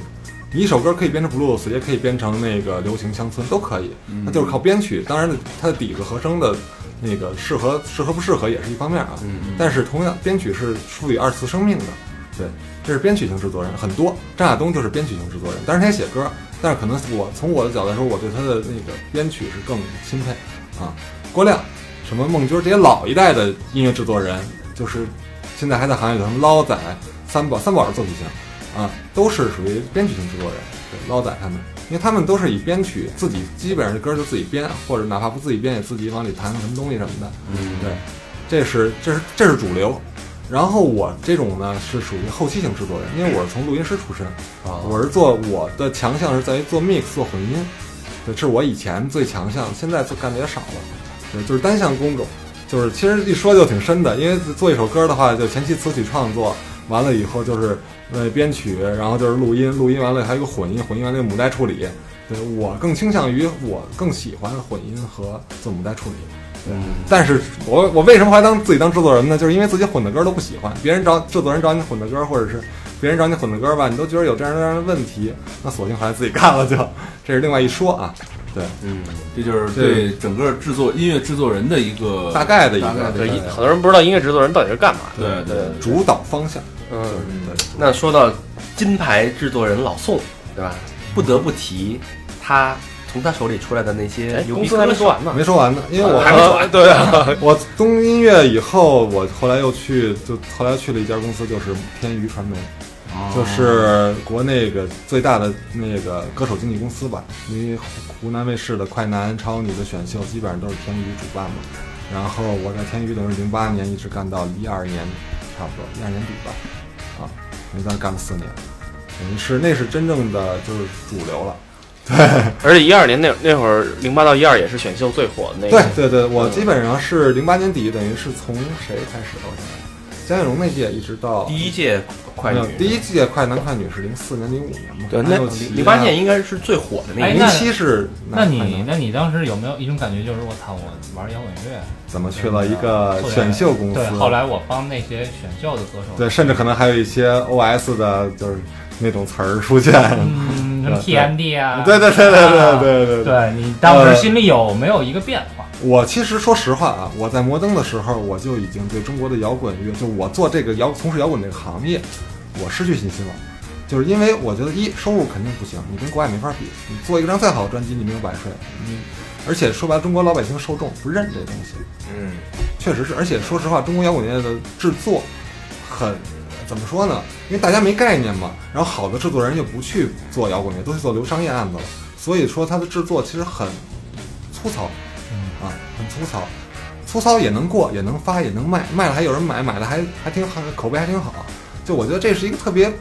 S6: 你一首歌可以编成 blues，也可以编成那个流行乡村，都可以，那就是靠编曲。当然，它的底子和声的那个适合适合不适合也是一方面啊。但是同样，编曲是赋予二次生命的，对，这是编曲型制作人很多。张亚东就是编曲型制作人，当然他也写歌，但是可能我从我的角度来说，我对他的那个编曲是更钦佩啊。郭亮、什么孟军这些老一代的音乐制作人，就是现在还在行业里，什么捞仔、三宝、三宝是作曲型啊，都是属于编曲型制作人。对，捞仔他们，因为他们都是以编曲自己，基本上这歌就自己编，或者哪怕不自己编，也自己往里弹个什么东西什么的。嗯，对，这是这是这是主流。然后我这种呢是属于后期型制作人，因为我是从录音师出身，我是做我的强项是在于做 mix 做混音，对，这是我以前最强项，现在做干的也少了，对，就是单项工种，就是其实一说就挺深的，因为做一首歌的话，就前期词曲创作完了以后就是呃编曲，然后就是录音，录音完了还有一个混音，混音完了有母带处理，对我更倾向于我更喜欢混音和做母带处理，
S2: 嗯
S6: 但是我我为什么还当自己当制作人呢？就是因为自己混的歌都不喜欢，别人找制作人找你混的歌，或者是别人找你混的歌吧，你都觉得有这样那样的问题，那索性还是自己干了就，这是另外一说啊。对，
S2: 嗯
S5: 这就是对整个制作音乐制作人的一个
S6: 大概的一
S5: 大概
S6: 个
S5: 的
S7: 对，一好多人不知道音乐制作人到底是干嘛的。
S5: 对对，
S6: 主导方向。
S7: 嗯，
S6: 对，
S2: 那说到金牌制作人老宋，对吧？不得不提他从他手里出来的那些
S7: 哎，
S2: 牛
S7: 公
S2: 逼
S7: 司还
S2: 歌
S7: 没
S2: 手
S7: 说。完呢，
S6: 没说完呢，因为我
S7: 还没说完。对啊，
S6: 我东音乐以后，我后来又去，就后来去了一家公司，就是天娱传媒，就是国内个最大的那个歌手经纪公司吧。因为湖南卫视的《快男》《超女》的选秀基本上都是天娱主办嘛。然后我在天娱等于零八年一直干到一二年，差不多一二年底吧，啊，因为当时干了四年，等于是那是真正的就是主流了。
S7: 而且一二年那那会儿，零八到一二也是选秀最火的那
S6: 对
S7: 个。
S6: 对对，我基本上是零八年底，等于是从谁开始的？我想想，江雪荣那届一直到
S2: 第一届快
S6: 没有
S2: 女，
S6: 第一届快男快女是零四年零五年嘛？
S2: 对，
S6: 安
S2: 那
S6: 又琪啊
S2: 零八年应该是最火的那
S3: 哎
S2: 一
S6: 零
S3: 那
S6: 七是
S3: 那
S6: 快
S3: 你
S6: 男
S3: 那你当时有没有一种感觉，就是我操，我玩摇滚乐，
S6: 怎么去了一个啊选秀公司
S3: 对，？后来我帮那些选秀的歌手，
S6: 对，甚至可能还有一些 OS 的，就是那种词儿出现。
S3: 嗯，什么
S6: 对
S3: TMD 啊，
S6: 对对对对对对对嗯
S3: 对你当时心里有没有一个变化？
S6: 我其实说实话啊，我在摩登的时候，我就已经对中国的摇滚乐，就我做这个摇从事摇滚这个行业，我失去信心了。就是因为我觉得一收入肯定不行，你跟国外没法比，你做一张再好的专辑，你没有版税，你而且说白了，中国老百姓受众不认这东西。
S4: 嗯，
S6: 确实是，而且说实话，中国摇滚乐的制作很怎么说呢？因为大家没概念嘛，然后好的制作人就不去做摇滚乐，都去做流商业案子了，所以说它的制作其实很粗糙，啊，很粗糙，粗糙也能过，也能发，也能卖，卖了还有人买，买了还还挺好，口碑还挺好。就我觉得这是一个特别，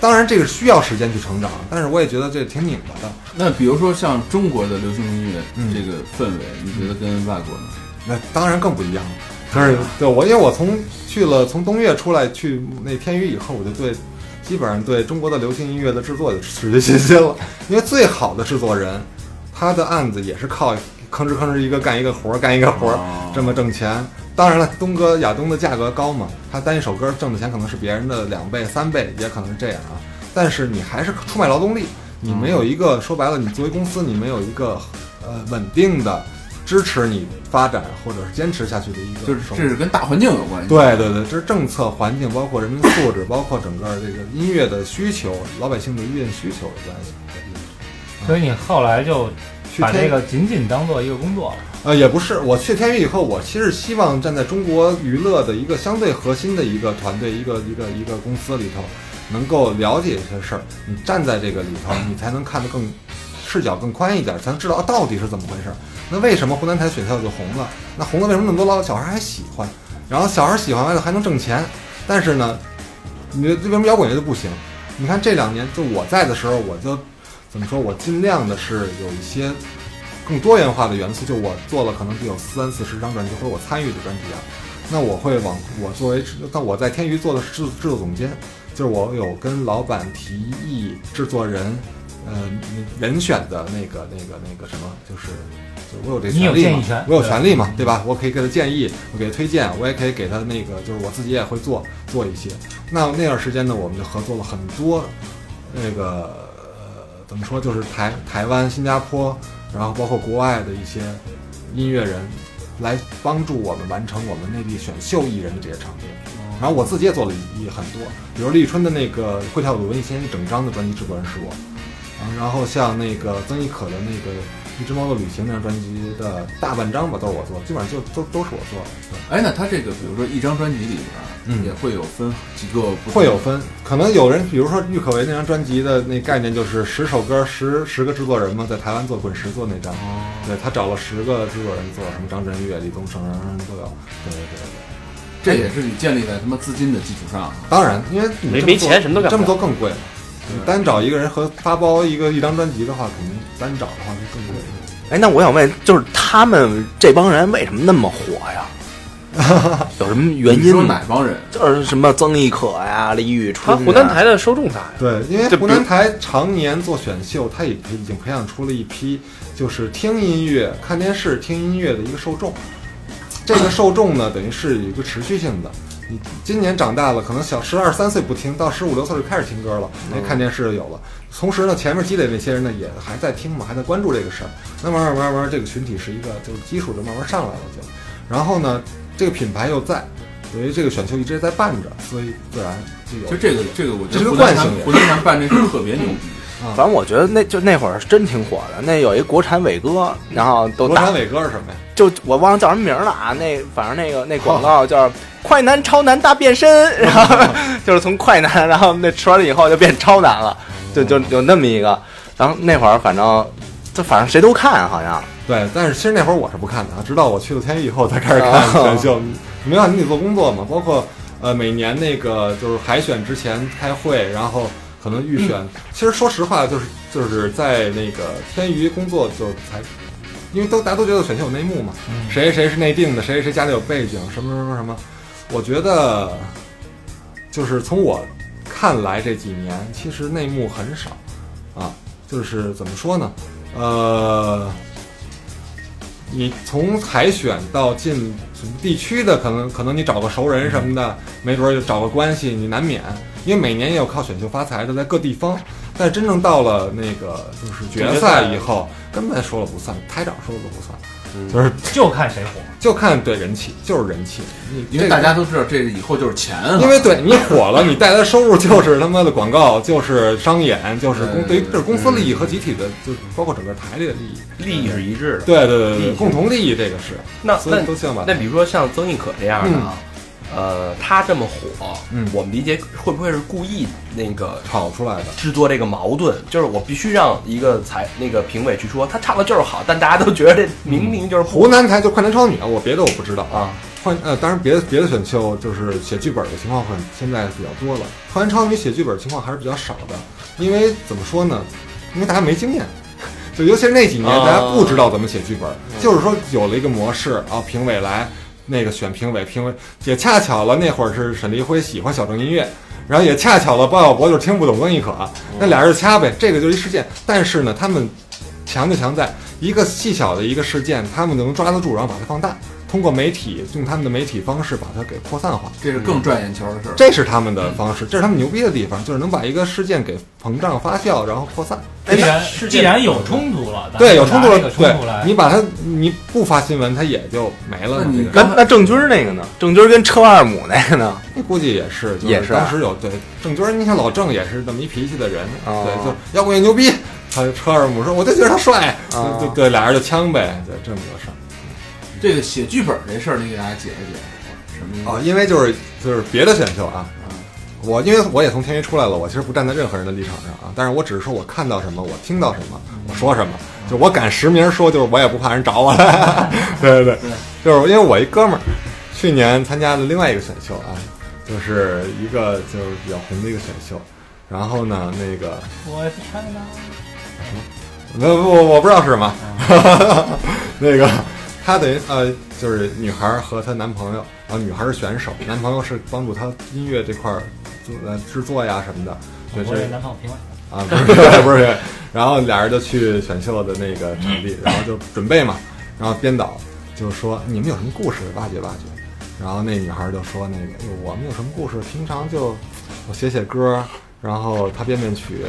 S6: 当然这个需要时间去成长，但是我也觉得这挺拧巴的。
S5: 那比如说像中国的流行音乐
S6: 嗯
S5: 这个氛围，你觉得跟外国呢？
S6: 那当然更不一样了。但是对我，因为我从去了从东岳出来去那天娱以后，我就对基本上对中国的流行音乐的制作就失去信心了。因为最好的制作人，他的案子也是靠吭哧吭哧一个干一个活儿，干一个活儿这么挣钱。当然了，东哥亚东的价格高嘛，他单一首歌挣的钱可能是别人的两倍、三倍，也可能是这样啊。但是你还是出卖劳动力，你没有一个说白了，你作为公司，你没有一个呃稳定的支持你发展或者是坚持下去的一个
S5: 就是
S6: 手
S5: 这
S6: 段。
S5: 是跟大环境有关系。
S6: 对对对，这是政策环境，包括人民素质，包括整个这个音乐的需求，老百姓的音乐需求有关系。
S3: 所以你后来就
S6: 去
S3: 把这
S6: 天
S3: 个仅仅当做一个工作了。
S6: 呃，也不是，我去天娱以后，我其实希望站在中国娱乐的一个相对核心的一个团队、一个一个一个公司里头，能够了解一些事儿。你站在这个里头，你才能看得更视角更宽一点，才能知道到底是怎么回事儿。那为什么湖南台选秀就红了？那红了为什么那么多老小孩还喜欢？然后小孩喜欢完了还能挣钱？但是呢，你这为什么摇滚乐就不行？你看这两年，就我在的时候，我就怎么说，我尽量的是有一些更多元化的元素，就我做了可能就有三四十张专辑，或者我参与的专辑啊。那我会往我作为，但我在天娱做的是制制作总监，就是我有跟老板提议制作人，呃，人选的那个那个那个什么，就是就我有这
S3: 你有
S6: 权利嘛
S3: 建议权
S6: 我有权利嘛，对吧？我可以给他建议，我给他推荐，我也可以给他那个，就是我自己也会做做一些。那那段时间呢，我们就合作了很多那个、呃、怎么说，就是台台湾、新加坡，然后包括国外的一些音乐人，来帮助我们完成我们内地选秀艺人的这些场地。然后我自己也做了一一很多，比如立春的那个会跳舞的文艺青年一整张的专辑制作人是我，啊，然后像那个曾轶可的那个《一只猫的旅行》那张专辑的大半张吧，都是我做的，基本上就都都是我做的。对
S5: 哎，那他这个，比如说一张专辑里边
S6: 嗯
S5: 儿，也会有分几个不同
S6: 会有分，可能有人，比如说郁可唯那张专辑的那概念就是十首歌十十个制作人嘛，在台湾做滚石做那张，
S7: 哦
S6: 对他找了十个制作人做，什么张震岳、李宗盛啊都有，对对对对。
S5: 这也是你建立在他妈资金的基础上。
S6: 当然，因为你
S7: 没
S6: 这么
S7: 没
S6: 做
S7: 钱什么都干不
S6: 这么
S7: 了
S6: 做更贵了。你单找一个人和发包一个一张专辑的话，肯定单找的话就更贵。
S4: 哎，那我想问，就是他们这帮人为什么那么火呀？有什么原
S5: 你说
S4: 因吗
S5: 哪？帮人？
S4: 就是什么曾轶可呀、李宇春
S7: 他
S4: 啊，
S7: 湖南台的受众大呀，
S6: 对，因为
S7: 这比
S6: 湖
S7: 如
S6: 南台常年做选秀，他也培已经培养出了一批就是听音乐、看电视、听音乐的一个受众。这个受众呢，等于是有一个持续性的。你今年长大了，可能小十二三岁不听，到十五六岁就开始听歌了，
S5: 嗯
S6: 因为看电视就有了。同时呢，前面积累那些人呢，也还在听嘛，还在关注这个事儿。那慢慢慢慢，这个群体是一个就是基础就慢慢上来了就。然后呢，这个品牌又在，等于这个选秀一直在办着，所以自然就有
S5: 就这个这个，我觉
S6: 这
S5: 得
S6: 个
S5: 湖南台
S6: 惯性也
S5: 湖南台办这事儿特别牛逼。
S4: 反正我觉得那就那会儿是真挺火的。那有一国产伟哥，然后都
S6: 国
S4: 打
S6: 产伟哥是什么呀？
S4: 就我忘了叫什么名儿了啊。那反正那个那广告叫“快男超男大变身”， 然后就是从快男，然后那吃完了以后就变超男了，就就有那么一个。然后那会儿反正这反正谁都看，好像
S6: 对，但是其实那会儿我是不看的啊，直到我去了天娱以后才开始看
S4: 哦
S6: 选秀。没办法，你得做工作嘛，包括呃每年那个就是海选之前开会，然后可能预选。其实说实话，就是就是在那个天娱工作就才，因为都大家都觉得选秀有内幕嘛，谁谁是内定的，谁谁家里有背景，什么什么什么。我觉得就是从我看来这几年，其实内幕很少啊，就是怎么说呢，呃。你从海选到进什么地区的，可能可能你找个熟人什么的，没准儿就找个关系，你难免，因为每年也有靠选秀发财的，在各地方。但真正到了那个就是决赛以后，根本说了不算，台长说了不算，就是
S3: 就看谁火。
S6: 就看对人气，就是人气。你
S5: 因为大家都知道，这以后就是钱啊。
S6: 因为对你火了，你带来的收入就是他妈的广告，就是商演，就是公对于这是公司利益和集体的，就是包括整个台里的利益。嗯
S2: 利益是一致的。
S6: 对对对对
S2: 利益
S6: 对，共同利益这个是，
S2: 那
S6: 所
S2: 那
S6: 以都希望把它
S2: 那比如说像曾轶可这样的啊，呃，他这么火，
S6: 嗯
S2: 我们理解会不会是故意那个
S6: 炒出来的。
S2: 制作这个矛盾？就是我必须让一个裁那个评委去说他唱的就是好，但大家都觉得这明明就是
S6: 湖南台就快男超女，我别的我不知道
S2: 啊。
S6: 换呃，当然别的别的选秀就是写剧本的情况会现在比较多了，快男超女写剧本情况还是比较少的，因为怎么说呢？因为大家没经验，就尤其是那几年大家不知道怎么写剧本，就是说有了一个模式啊，评委来那个选评委，评委也恰巧了那会儿是沈黎辉喜欢小众音乐。然后也恰巧了，包小博就是听不懂温亦可，那俩人就掐呗，这个就是一事件。但是呢，他们强就强在一个细小的一个事件，他们能抓得住，然后把它放大，通过媒体用他们的媒体方式把它给扩散化，
S5: 这是更赚眼球的事儿。
S6: 这是他们的方式，这是他们牛逼的地方，就是能把一个事件给膨胀发酵，然后扩散。
S3: 既然既然有冲突了，咱
S6: 对，
S3: 就
S6: 有冲突
S3: 拿
S6: 了
S3: 这个，
S6: 对
S3: 啊冲突来，
S6: 你把它你不发新闻，它也就没了。
S5: 那你
S6: 这个
S4: 那那郑钧儿那个呢？郑钧儿跟车二母那个呢？
S6: 那估计也是，就
S4: 也是啊
S6: 当时有对郑钧，你看老郑也是这么一脾气的人，
S4: 哦
S6: 对，就是摇滚乐牛逼。他车二母说：“我就觉得他帅。
S4: 哦
S6: 对对对，俩人就呛呗，对，这么个事儿。
S5: 这个写剧本这事儿，你给大家解释解释，什么意思？
S6: 哦，因为就是就是别的选秀啊，我因为我也从天娱出来了，我其实不站在任何人的立场上啊，但是我只是说我看到什么，我听到什么，
S5: 嗯
S6: 我说什么，就我敢实名说，就是我也不怕人找我来。
S5: 嗯
S6: 对对对，就是因为我一哥们儿去年参加了另外一个选秀啊，就是一个就是比较红的一个选秀，然后呢那个
S3: 我也不穿了。
S6: 那我我呃不知道是什么， 那个她等于呃，就是女孩儿和她男朋友，然后女孩儿是选手，男朋友是帮助她音乐这块儿做呃制作呀什么的，对
S3: 我
S6: 这
S3: 也男朋友评委，
S6: 啊不是不是， 然后俩人就去选秀的那个场地，然后就准备嘛，然后编导就说你们有什么故事挖掘挖掘，然后那女孩儿就说那个哎呦我们有什么故事，平常就我写写歌，然后她编编曲，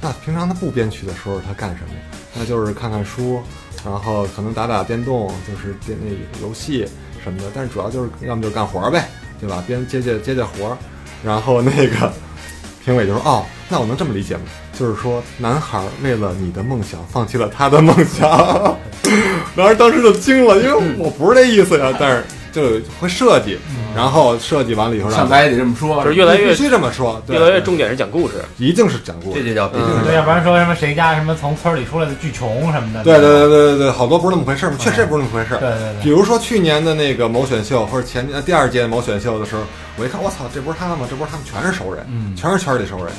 S6: 那平常她不编曲的时候她干什么呀？那就是看看书，然后可能打打电动，就是电那游戏什么的，但是主要就是要么就是干活儿呗，对吧？边接接接接活儿，然后那个。评委就说：“哦，那我能这么理解吗？就是说，男孩为了你的梦想，放弃了他的梦想。” 然后当时就惊了，因为我不是这意思呀。但是就会设计，然后设计完了以后让
S5: 上
S6: 他，
S5: 台也得这么说，
S7: 就是越来
S6: 必
S7: 越
S6: 须这么说，对
S7: 越来越，重点是讲故事，
S6: 一定是讲故
S2: 这
S6: 事。
S2: 就叫别
S7: 嗯
S3: 对，要不然说什么谁家什么从村里出来的巨穷什么的，
S6: 对对对对对对，好多不是那么回事儿嘛，确实也不是那么回事儿。
S3: 对对
S6: 比
S3: 对，
S6: 如说去年的那个某选秀，或者前年呃第二届某选秀的时候，我一看，我操，这不是他吗？这不是他们，全是熟人，
S3: 嗯
S6: 全是圈里熟人，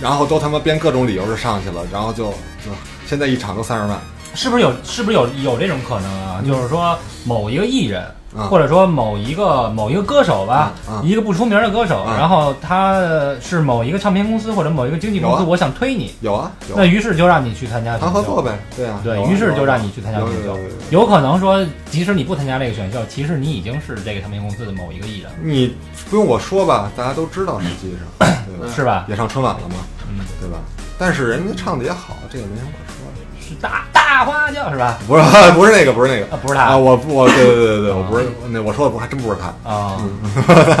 S6: 然后都他妈编各种理由就上去了，然后就就现在一场都三十万，
S3: 是不是有是不是有有这种可能啊？就是说某一个艺人，
S6: 嗯
S3: 或者说某一个某一个歌手吧，
S6: 嗯嗯
S3: 一个不出名的歌手，
S6: 嗯
S3: 然后他呃是某一个唱片公司或者某一个经纪公司，
S6: 有啊
S3: 我想推你，
S6: 有啊有
S3: 那
S6: 啊，
S3: 于是就让你去参加
S6: 谈合作
S3: 呗。
S6: 呗，对啊，
S3: 对
S6: 有啊
S3: 于是就让你去参加
S6: 有
S3: 选
S6: 有
S3: 秀
S6: 有有有，
S3: 有可能说，即使你不参加这个选秀，其实你已经是这个唱片公司的某一个艺人，
S6: 啊你不用我说吧，大家都知道，实际上对吧？
S3: 是吧？
S6: 也上春晚了嘛，
S3: 嗯，
S6: 对吧？但是人家唱的也好，这也没什么可说的。
S3: 是大大花轿是吧？
S6: 不是 不是那个不是那个
S3: 啊，不是
S6: 啊，
S3: 他
S6: 我不我对对对对，我不是那我说的不还真不是他。
S3: 啊，
S6: 嗯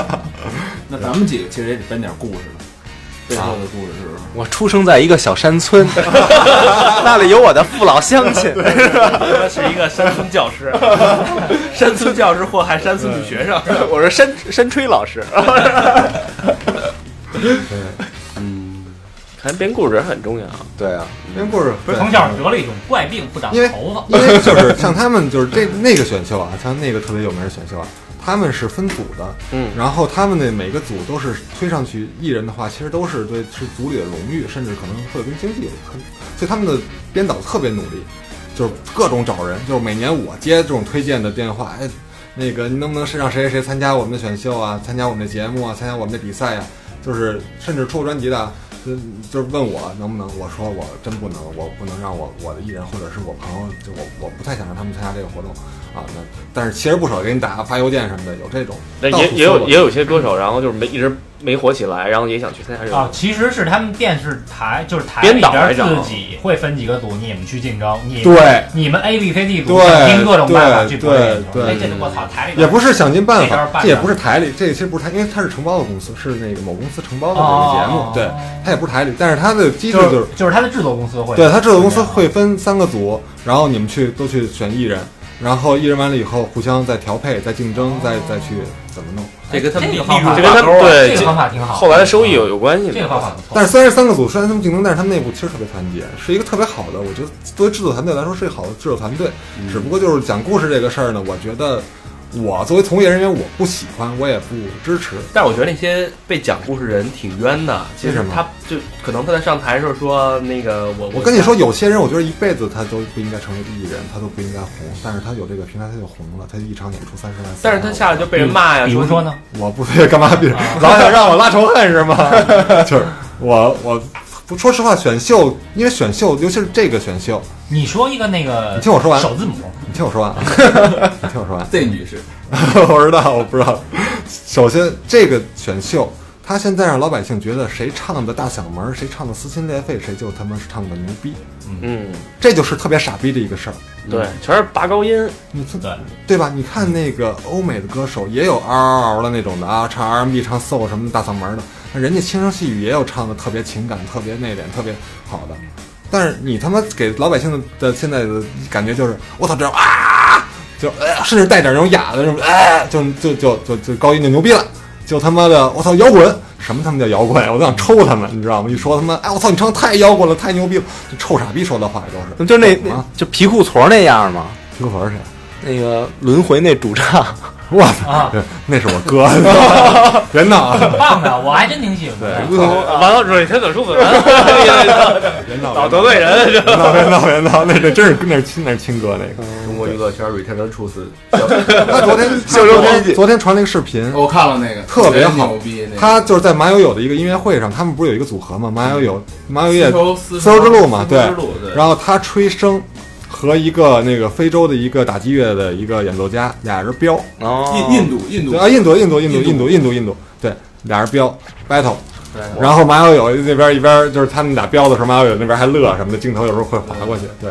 S5: 那咱们几个其实也得编点故事了，
S6: 啊
S5: 背后的故事是不是？
S4: 我出生在一个小山村， 那里有我的父老乡亲。
S7: 他是一个山村教师，山村教师祸害山村女学生。
S4: 我是山山吹老 师，嗯
S7: 看编故事很重要，
S6: 对啊，编故事
S3: 不是
S6: 对
S3: 从小得了一种怪病，不长
S6: 因为
S3: 头发。
S6: 因 为就是像他们就是这那个选秀啊，像那个特别有名的选秀啊，他们是分组的，
S7: 嗯
S6: 然后他们的每个组都是推上去艺人的话，其实都是对是组里的荣誉，甚至可能会跟经济有关，所以他们的编导特别努力，就是各种找人，就是每年我接这种推荐的电话，哎，那个你能不能是让谁谁谁参加我们的选秀啊，参加我们的节目啊，参加我们的比赛啊，就是甚至出专辑的啊。就就是问我能不能，我说我真不能，我不能让我我的艺人或者是我朋友，就我我不太想让他们参加这个活动啊。那但是其实不少给你打发邮件什么的，有这种
S7: 但
S6: 到
S7: 也
S6: 处
S7: 也
S6: 搜
S7: 有
S6: 罗
S7: 也有些歌手，然后就是没一直没火起来，然后也想去参加这
S3: 啊
S7: 个，。
S3: 其实是他们电视台就是台
S7: 编
S3: 里
S7: 导来
S3: 边
S7: 找
S3: 自己会分几个组，你们去竞争，你
S6: 对，
S3: 你们 A B C D 组
S6: 对
S3: 想尽各种办法去博
S6: 对
S3: 眼球。
S6: 对
S3: 哎，这我操，台里边
S6: 也不是想尽办
S3: 这边
S6: 法
S3: 儿，办
S6: 这也
S3: 着
S6: 不是台里，这个其实不是台，因为它是承包的公司，是那个某公司承包的这个节目，
S3: 哦
S6: 对，它也不是台里，但是它的机制
S3: 就是
S6: 就是，
S3: 就是他的制作公司会
S6: 对它制作公司会分三个组，然后你们去都去选艺人，然后艺人完了以后互相再调配、再竞争、再再去怎么弄。
S2: 这跟他们
S3: 这
S2: 利
S3: 个方法
S7: 这
S2: 润
S7: 跟他
S2: 挂钩
S7: 们
S2: 啊
S7: 对
S3: 这个方法挺好，
S7: 后来的收益有有关系吗？
S3: 这个方法不错。
S6: 但是虽然三个组虽然他们竞争，但是他们内部其实特别团结，是一个特别好的，我觉得作为制作团队来说是一个好的制作团队。
S2: 嗯
S6: 只不过就是讲故事这个事儿呢，我觉得我作为从业人员我不喜欢，我也不支持。
S2: 但是我觉得那些被讲故事人挺冤的，其
S6: 为
S2: 实
S6: 什么
S2: 他就可能他在上台的时候说那个我
S6: 我跟你说，有些人我觉得一辈子他都不应该成为第一人，他都不应该红，但是他有这个平台他就红了，他就一场演出三十万。
S2: 但是他下来啊就被人骂呀，
S3: 嗯比如说呢，
S6: 我不对，干嘛比如老想让我拉仇恨是吗？ 就是我我不说实话，选秀因为选秀，尤其是这个选秀，
S3: 你说一个那个，
S6: 你听我说完
S3: 首字母，
S6: 你听我说完，啊， 你听我说完。啊
S5: 这女士，
S6: 我知道，我不知道。首先，这个选秀，他现在让老百姓觉得谁唱的大嗓门儿，谁唱的撕心裂肺，谁就他妈是唱的牛逼，
S7: 嗯，
S6: 这就是特别傻逼的一个事儿。
S7: 对，全是拔高音，
S6: 你这
S3: 对
S6: 对吧？你看那个欧美的歌手也有嗷嗷嗷的那种的啊，唱 R&B、唱 soul 什么大嗓门儿的，那人家轻声细语也有唱的特别情感、特别内敛、特别好的。但是你他妈给老百姓的的现在的感觉就是，我操，这种啊，就呃，甚至带点那种哑的那种，哎，就就就就就高音就牛逼了，就他妈的，我操，摇滚什么他妈叫摇滚呀？我都想抽他们，你知道吗？一说他妈，哎，我操，你唱得太摇滚了，太牛逼了，就臭傻逼说的话也都是，
S4: 嗯就那
S6: 懂吗
S4: 就皮裤矬那样嘛，
S6: 皮裤头是谁？
S4: 那个轮回那主唱，
S6: 我操、
S3: 啊
S6: 那是我哥，别闹啊，
S3: 很棒的，我还真挺喜欢的。
S6: 别闹，
S7: 完了之后天怎出 子弹，
S6: 别闹，
S7: 老得罪人，
S6: 别 闹，别闹，别闹，那那真是那是亲那是亲哥那个。
S2: 中国娱乐圈 return 出自
S6: 他昨 天
S4: 袖手旁
S6: 昨天传了一个视频，
S5: 我看了那个
S6: 特别好
S5: 牛逼，那个
S6: 他就是在马友友的一个音乐会上，他们不是有一个组合吗？马友友，马友友
S5: 丝绸丝
S6: 丝绸之路嘛
S5: 丝绸
S6: 对
S5: 之路对，
S6: 然后他吹笙和一个那个非洲的一个打击乐的一个演奏家，俩人飙，
S4: 哦
S5: 印印度印度
S6: 对啊，印度，印度，印度，印
S5: 印
S6: 度，
S5: 度
S6: 印度，印度，对，俩人飙 battle。然后马友友那边一边就是他们俩飙的时候，马友友那边还乐什么的，镜头有时候会划过去，对，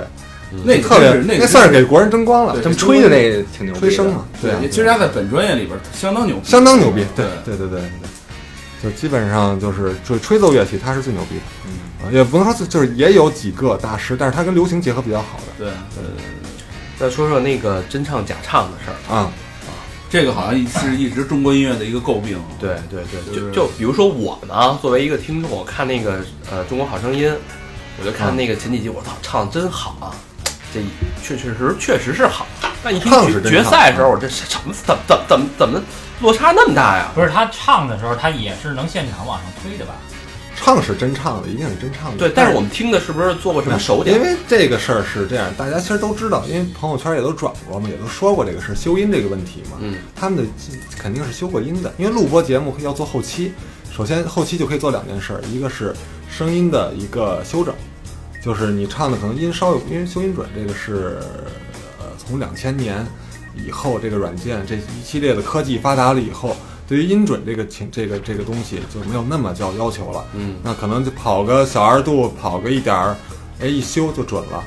S5: 那个
S6: 特别
S5: 真是那个
S6: 那算是给国人争光了，
S5: 对
S4: 他们吹的那个挺牛逼的
S6: 吹笙嘛，对啊，
S5: 对，其实他在本专业里边相当牛逼，
S6: 相当牛逼，对
S5: 对
S6: 对对对对，对就基本上就是吹吹奏乐器，它是最牛逼的，嗯，也不能说最就是也有几个大师，但是它跟流行结合比较好
S5: 对对对。
S2: 再说说那个真唱假唱的事儿。
S6: 的啊，
S5: 这个好像是一直中国音乐的一个诟病。
S2: 对对对，
S5: 就
S2: 就
S5: 是
S2: 就比如说我呢，作为一个听众，我看那个呃《中国好声音》，我就看那个前几集，我操，唱的真好啊！这确确实确实是好，但一听
S6: 唱是
S2: 决
S6: 真
S2: 决
S6: 唱
S2: 赛的时候，我这什么怎怎怎么怎么落差那么大呀？
S3: 不是他唱的时候，他也是能现场往上推的吧？
S6: 唱是真唱的，一定是真唱的，
S2: 对，但是我们听的是不是做过什么手脚
S6: 嗯因？为这个事儿是这样，大家其实都知道，因为朋友圈也都转过嘛，也都说过这个事儿，修音这个问题嘛。
S2: 嗯，
S6: 他们的肯定是修过音的，因为录播节目要做后期，首先后期就可以做两件事儿，一个是声音的一个修整，就是你唱的可能音稍有，因为修音准这个是呃从两千年以后这个软件这一系列的科技发达了以后。对于音准这个情这个这个东西就没有那么叫要求了，
S2: 嗯，
S6: 那可能就跑个小二度，跑个一点儿，哎，一修就准了，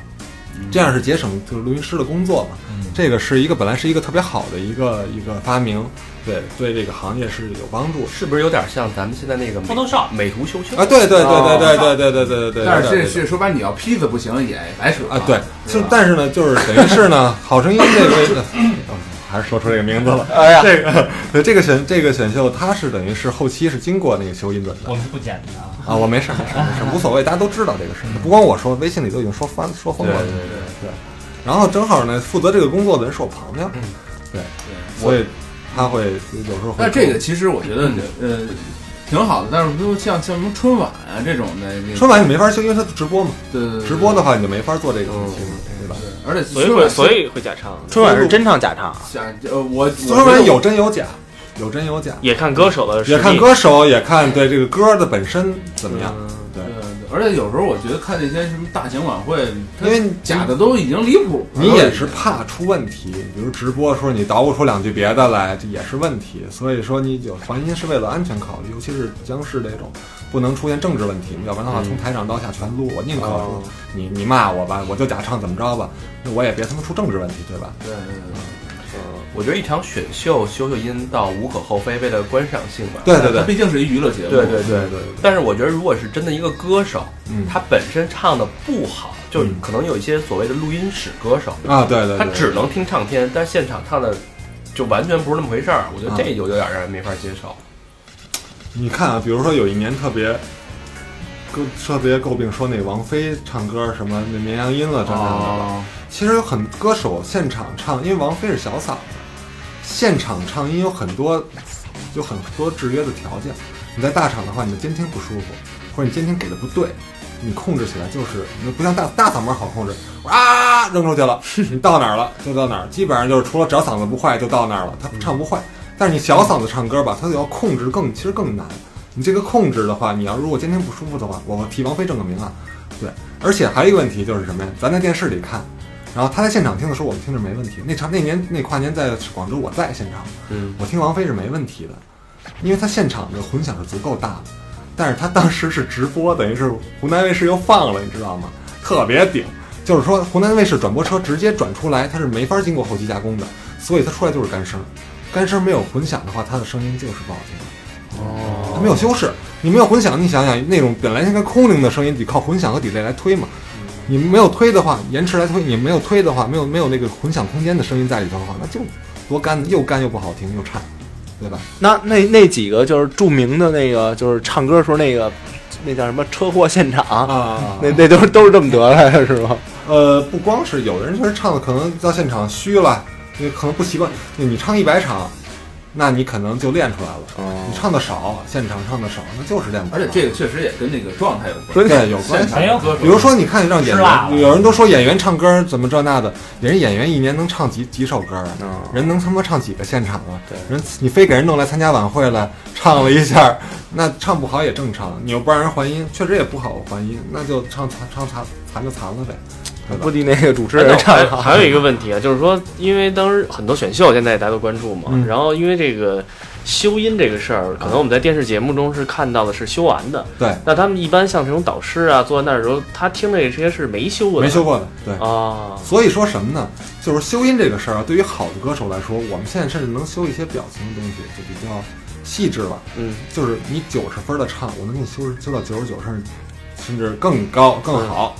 S6: 这样是节省就是录音师的工作嘛。这个是一个本来是一个特别好的一个一个发明，对对，这个行业是有帮助。
S2: 是不是有点像咱们现在那个美
S3: Photoshop
S2: 美图秀秀
S6: 啊，？对对对对对对对对对对对。
S5: 但是
S6: 对
S5: 这
S6: 对
S5: 是说白，你要坯子不行也白扯
S6: 啊，对，就是
S5: 吧
S6: 但是呢，就是等于是呢，好声音这个、哦还是说出这个名字了。
S4: 哎呀，
S6: 这个 对这个选这个选秀，它是等于是后期是经过那个修音准的
S3: 我们是不剪的啊。
S6: 啊，我没事儿没事儿没事儿，无所谓，大家都知道这个事儿，不光我说，微信里都已经说翻说疯
S2: 对
S6: 了
S2: 对。对，
S6: 然后正好呢，负责这个工作的人是我朋友，对，所以他会有时候会。
S5: 但这个其实我觉
S7: 嗯
S5: 得呃挺好的，但是比如像像什么春晚啊这种的，那个
S6: 春晚你没法修，因为它直播嘛，
S5: 对对对
S6: 直播的话你就没法做这个东西
S2: 嗯
S6: 嘛，对吧？
S5: 对而且
S7: 所以
S5: 春
S7: 会
S5: 晚
S7: 所以会假唱，
S4: 春晚是真唱假唱，
S5: 想呃我
S6: 春晚有真有假，有真有假，
S7: 也看歌手的实力，
S6: 也看歌手，也看对这个歌的本身怎么样。嗯对
S5: 对，呃而且有时候我觉得看那些什么大型晚会，它
S6: 因为你
S5: 假的都已经离谱了。
S6: 你也是怕出问题，比如直播说你捣鼓出两句别的来，这也是问题。所以说你有还音是为了安全考虑，尤其是央视这种，不能出现政治问题，要不然的话从台长到下全撸。我宁可说
S7: 哦
S6: 你你骂我吧，我就假唱怎么着吧，那我也别他妈出政治问题，对吧？
S5: 对对对，
S7: 嗯
S2: 我觉得一场选秀修修音倒无可厚非，为了观赏性嘛。
S6: 对对对
S5: 它毕竟是一娱乐节目，
S2: 对对对
S6: 对对对，
S2: 但是我觉得，如果是真的一个歌手，
S6: 嗯
S2: 他本身唱的不好，就
S6: 嗯
S2: 可能有一些所谓的录音室歌手，
S6: 啊，对对，
S2: 他
S6: 对
S2: 只能听唱片，但现场唱的就完全不是那么回事儿。我觉得这就有点让人没法接受。
S6: 你看啊，比如说有一年特别，跟特别诟病说那王菲唱歌什么那绵羊音了这那的了。其实有很歌手现场唱，因为王菲是小嗓子，现场唱音有很多有很多制约的条件。你在大场的话，你的监听不舒服，或者你监听给的不对，你控制起来就是你不像大大嗓门好控制，啊扔出去了，你到哪儿了就到哪儿，基本上就是除了只要嗓子不坏就到那儿了，他唱不坏。但是你小嗓子唱歌吧，它要控制更其实更难。你这个控制的话，你要如果监听不舒服的话，我替王菲证个名啊。对，而且还有一个问题就是什么呀？咱在电视里看，然后他在现场听的时候，我们听着没问题。那场那年那跨年在广州，我在现场，
S2: 嗯，
S6: 我听王菲是没问题的，因为她现场的混响是足够大的。但是她当时是直播，等于是湖南卫视又放了，你知道吗？特别顶，就是说湖南卫视转播车直接转出来，它是没法经过后期加工的，所以它出来就是干声。干声没有混响的话，它的声音就是不好听。哦，它没有修饰，你没有混响，你想想那种本来应该空灵的声音，得靠混响和 delay 来推嘛。
S5: 嗯
S6: 你没有推的话，延迟来推；你没有推的话，没有没有那个混响空间的声音在里头的话，那就多干，又干又不好听又差，对吧？
S4: 那那那几个就是著名的那个，就是唱歌时候那个，那叫什么车祸现场，
S6: 啊
S4: 那那都是都是这么得来的是吗？
S6: 呃，不光是有的人确实唱的可能到现场虚了，也可能不习惯。你你唱一百场，那你可能就练出来了。
S4: 哦
S6: 你唱的少，现场唱的少，那就是练不
S5: 而
S6: 出来。
S5: 且这个确实也跟那个状态有
S7: 哎
S5: 关。
S4: 所以
S6: 对有关系。
S3: 没有
S5: 歌手
S6: 比如说，你看让演
S3: 吃辣了
S6: 员，有人都说演员唱歌怎么这那的，人演员一年能唱几几首歌啊？
S4: 嗯，
S6: 人能他妈唱几个现场啊？
S4: 对
S6: 人你非给人弄来参加晚会来唱了一下，那唱不好也正常，你又不让人还音，确实也不好还音，那就唱残唱残残就残了呗， 对
S4: 估
S6: 吧？
S4: 计那个主持
S7: 哎那
S4: 人
S7: 我
S4: 唱
S7: 还
S4: 得好。
S7: 还有一个问题啊， 就是说，因为当时很多选秀现在大家都关注嘛，
S6: 嗯
S7: 然后因为这个修音这个事儿，可能我们在电视节目中是看到的是修完的。
S6: 对，
S7: 那他们一般像这种导师啊，坐在那儿的时候，他听着这些是没修过的，
S6: 没修过的，对。
S7: 啊，
S6: 所以说什么呢？就是修音这个事儿啊，对于好的歌手来说，我们现在甚至能修一些表情的东西，就比较细致吧。
S7: 嗯，
S6: 就是你九十分的唱，我能给你修修到九十九，甚至甚至更高更好。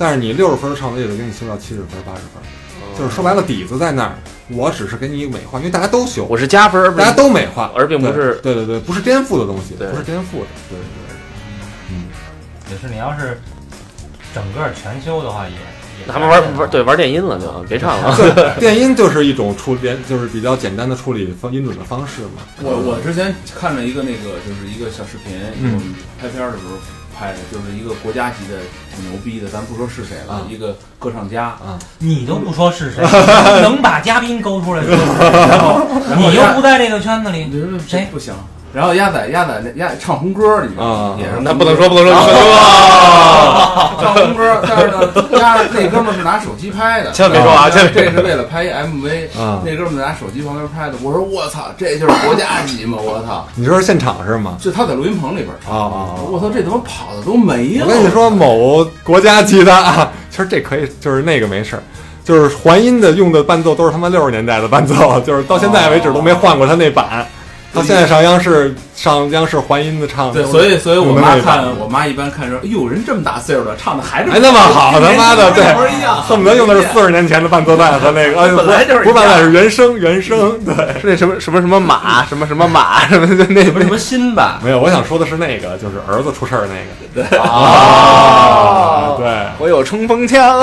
S6: 但是你六十分的唱，我也得给你修到七十分、八十分。就是说白了，底子在那儿，我只是给你美化，因为大家都修，
S7: 哦我是加分儿，不
S6: 大
S7: 是
S6: 家都美化，
S7: 而并不
S6: 对
S7: 是
S6: 对对对，不是颠覆的东西，
S7: 对
S6: 不是颠覆的，对对
S3: 也是你要是整个全修的话也，也
S7: 他们玩玩对玩电音了就，别唱了。
S6: 对。对，电音就是一种处理，就是比较简单的处理方音准的方式嘛。
S5: 我我之前看了一个那个，就是一个小视频，
S6: 嗯
S5: 我们拍片儿的时候拍的，就是一个国家级的挺牛逼的，咱不说是谁了，
S6: 啊
S5: 一个歌唱家，
S3: 你都不说 是谁，能把嘉宾勾出来说，然后你又不在这个圈子里，
S5: 你说
S3: 谁
S5: 不行？然后鸭仔鸭仔那鸭仔唱红歌，你知道
S6: 啊？
S5: 吗也是
S7: 那不能说不能说你
S5: 唱红歌，但是呢，鸭那哥们儿是拿手机拍的，
S7: 千万别说啊千万别
S5: 这是为了拍一 MV
S6: 啊
S5: 那哥们儿拿手机旁边拍的，我说我操，这就是国家级吗？我操！
S6: 你说是现场是吗？
S5: 就他在录音棚里边唱，
S6: 啊啊啊
S5: 我操，这他妈跑的都没了。
S6: 我跟你说，某国家级的啊，其实这可以，就是那个没事儿，就是环音的用的伴奏都是他妈六十年代的伴奏，就是到现在为止都没换过他那版。到现在上央视上央视环音的唱，
S5: 对，所以所以我
S6: 用的
S5: 妈
S6: 那
S5: 看
S6: 版
S5: 我妈一般看说，哎呦，人这么大岁数了，唱的还是
S6: 还那么好，他妈的，对
S5: 一模一样，，
S6: 恨不得用的是四十年前的伴奏带和那个，哎
S7: 本来就是一样
S6: 不是伴奏带是原声原声，对。
S4: 是那什么什么什么马，什么什么马，什么 就那
S2: 什么什么心吧？
S6: 没有，我想说的是那个，就是儿子出事儿那个。
S4: 哦
S6: 对，
S4: 我有冲锋枪，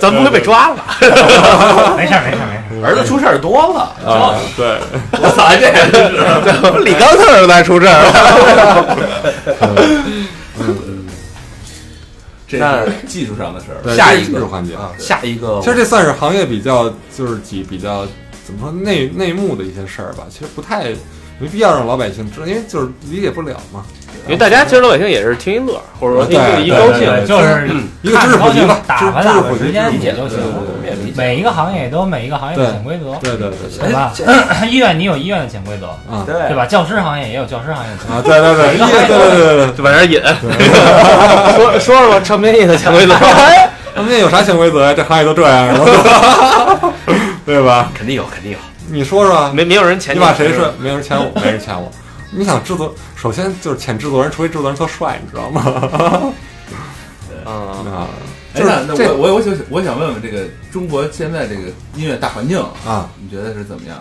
S7: 咱们不会被抓 了吧？
S3: 没事儿没事儿没事儿，
S2: 儿子出事儿多了，
S6: 啊，对，
S2: 我操，这个真是。
S4: 李刚特儿在出事儿了。
S5: 这是技术上的事儿。
S6: 对
S2: 下
S6: 这
S2: 一
S6: 是
S2: 个
S6: 技术环节
S2: 啊，下一个，
S6: 其实这算是行业比较就是几比较怎么说内内幕的一些事儿吧，其实不太没必要让老百姓知道，因为就是理解不了嘛。
S7: 因为大家其实老百姓也是听一乐，或者说听一
S6: 对
S7: 高
S6: 对
S7: 兴
S6: 对。
S3: 就是
S6: 一个知识普及吧，
S3: 打
S6: 知
S3: 发
S6: 知
S3: 打
S6: 识
S3: 发
S6: 普及
S3: 时间
S6: 知识普及
S3: 也就行了。
S2: 我们也理解。
S3: 每一个行业也都有每一个行业的潜规则，
S6: 对对对对，
S3: 对吧？ 医院你有医院的潜规则，
S6: 啊
S3: 对嗯吧？教师行业也有教师行业的潜规
S6: 啊，对对对，一对对对对，
S7: 就往那儿引， 说说说吧，唱片业的潜规则。
S6: 他们那有啥潜规则呀？这行业都这样是吧？
S3: 则，
S6: 对吧？
S2: 肯定有，肯定有。
S6: 你说说，
S7: 没没有人前
S6: 你把谁睡？没人欠我，没人欠我。你想制作，首先就是欠制作人，除非制作人特帅，你知道吗？
S7: 嗯，
S6: 啊
S5: 哎，
S6: 就是
S5: 那那
S6: 这
S5: 我我我想我想问问这个中国现在这个音乐大环境，
S6: 啊，
S5: 你觉得是怎么样？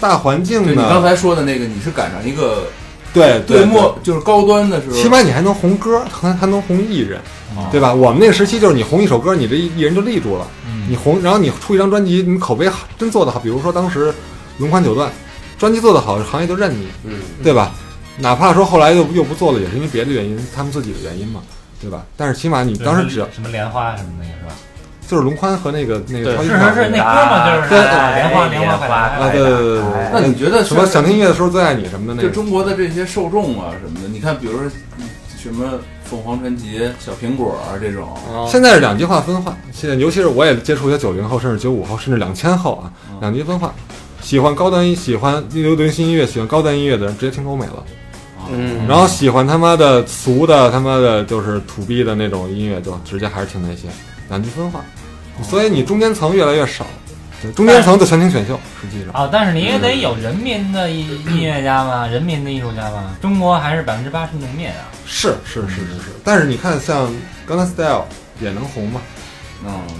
S6: 大环
S5: 就
S6: 境
S5: 你
S6: 呢？
S5: 刚才说的那个，你是赶上一个
S6: 嗯对
S5: 最
S6: 对，
S5: 末就是高端的时候，
S6: 起码你还能红歌，还还能红艺人
S3: 哦，
S6: 对吧？我们那个时期就是你红一首歌，你这艺人就立住了。
S3: 嗯
S6: 你红，然后你出一张专辑，你口碑好真做得好，比如说当时《龙宽九段》，专辑做得好，行业就认你，
S7: 嗯，
S6: 对吧？哪怕说后来又又不做了，也是因为别的原因，他们自己的原因嘛，对吧？但是起码你当时只要
S3: 什么莲花什么的，是吧？
S6: 就是龙宽和那个那个
S7: 对
S6: 超级
S3: 是是是，那歌嘛，就是莲花哎莲花
S6: 啊，对对对对
S5: 那
S6: 对
S5: 你觉得
S6: 对，什么
S5: 现在
S6: 想听音乐的时候最爱你什么的那
S5: 就
S6: 个，
S5: 中国的这些受众啊什么的，你看，比如说嗯什么凤凰传奇、小苹果啊这种，
S4: 哦
S7: 哦
S6: 现在是两极化分化，现在尤其是我也接触一些九零后，甚至九五后，甚至两千后啊，
S5: 嗯
S6: 两极分化。喜欢高端音，喜欢流流行音乐，喜欢高端音乐的人直接听欧美了。
S7: 嗯，
S6: 然后喜欢他妈的俗的他妈的就是土逼的那种音乐，就直接还是听那些两极分化，所以你中间层越来越少，对中间层就全听选秀，实际上
S3: 啊，但是你也得有人民的艺音乐家嘛，人民的艺术家嘛。中国还是百分之八十农民啊，
S6: 是是是是是，但是你看像刚才 Style 也能红嘛，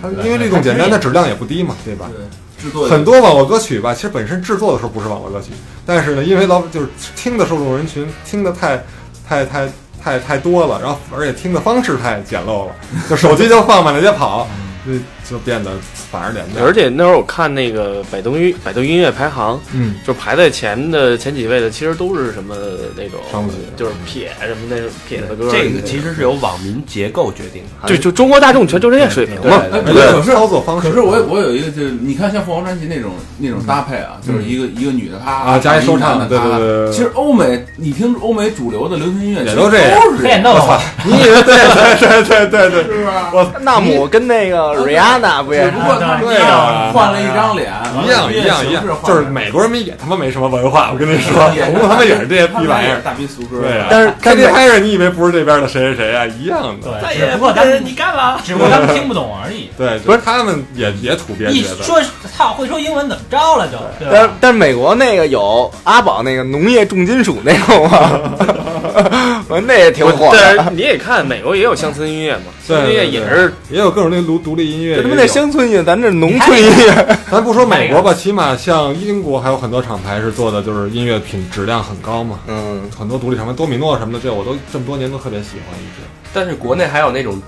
S6: 它
S5: 嗯，
S6: 因为律动简单，它质量也不低嘛，对吧？
S5: 对，制作
S6: 很多网络歌曲吧，其实本身制作的时候不是网络歌曲，但是呢，因为老就是听的受众人群听的太太太太太多了，然后而且听的方式太简陋了，就手机就放满大街 跑，就就变得反而脸面。
S7: 嗯而且那会儿我看那个百度音百度音乐排行，
S6: 嗯，
S7: 就排在前的前几位的，其实都是什么那种
S6: 伤不起
S7: 就是撇什么那种撇的歌，
S2: 这个其实是由网民结构决定的。
S7: 就就中国大众全就这些水平嘛，
S5: 哎，
S6: 而
S5: 可
S6: 且
S5: 可是
S6: 操作方式，
S5: 可是我我有一个就是你看像凤凰传奇那种那种搭配啊，就是一个一个女的她
S6: 嗯啊加一说唱
S5: 的
S6: 对对对对对
S5: 其实欧美你听欧美主流的流行音乐
S6: 也
S5: 其实
S6: 都
S5: 都
S6: 这样
S5: 是
S3: 黑眼豆嘛，
S6: 你以 为对对对对对对，啊
S5: 是吧？
S4: 纳姆跟 那个 Rihanna 不也
S5: 只
S4: 是
S5: 不？过他
S6: 对啊
S5: 换了一张脸，完了
S6: 一样一样一样，就是美国人民也他妈没什么文化，我跟你说，我们他妈也是这些逼玩意儿。
S5: 大逼俗歌。
S6: 对啊，
S4: 但是
S6: 开天开着，你以为不是这边的谁谁谁啊，一样的。
S3: 对，只不过他们你干嘛？只不过他们听不懂而 已。
S6: 对，不是他们也也土鳖
S3: 一
S6: 觉得。
S3: 说操会说英文怎么着了就？对
S4: 但是
S3: 吧？
S4: 但是美国那个有阿宝那个农业重金属那种 吗？我那也挺火的。
S7: 但是啊你也看，美国也有乡村音乐嘛，乡村音乐也是
S6: 也有各种那独独立音乐
S4: 就
S6: 也
S4: 他
S6: 有。
S4: 妈那乡村音乐，咱这农村音乐，
S6: 咱不说美国吧，起码像英国还有很多厂牌是做的，就是音乐品质量很高嘛。
S4: 嗯，
S6: 很多独立厂牌，多米诺什么的，这我都这么多年都特别喜欢，一直。
S2: 但是国内还有那种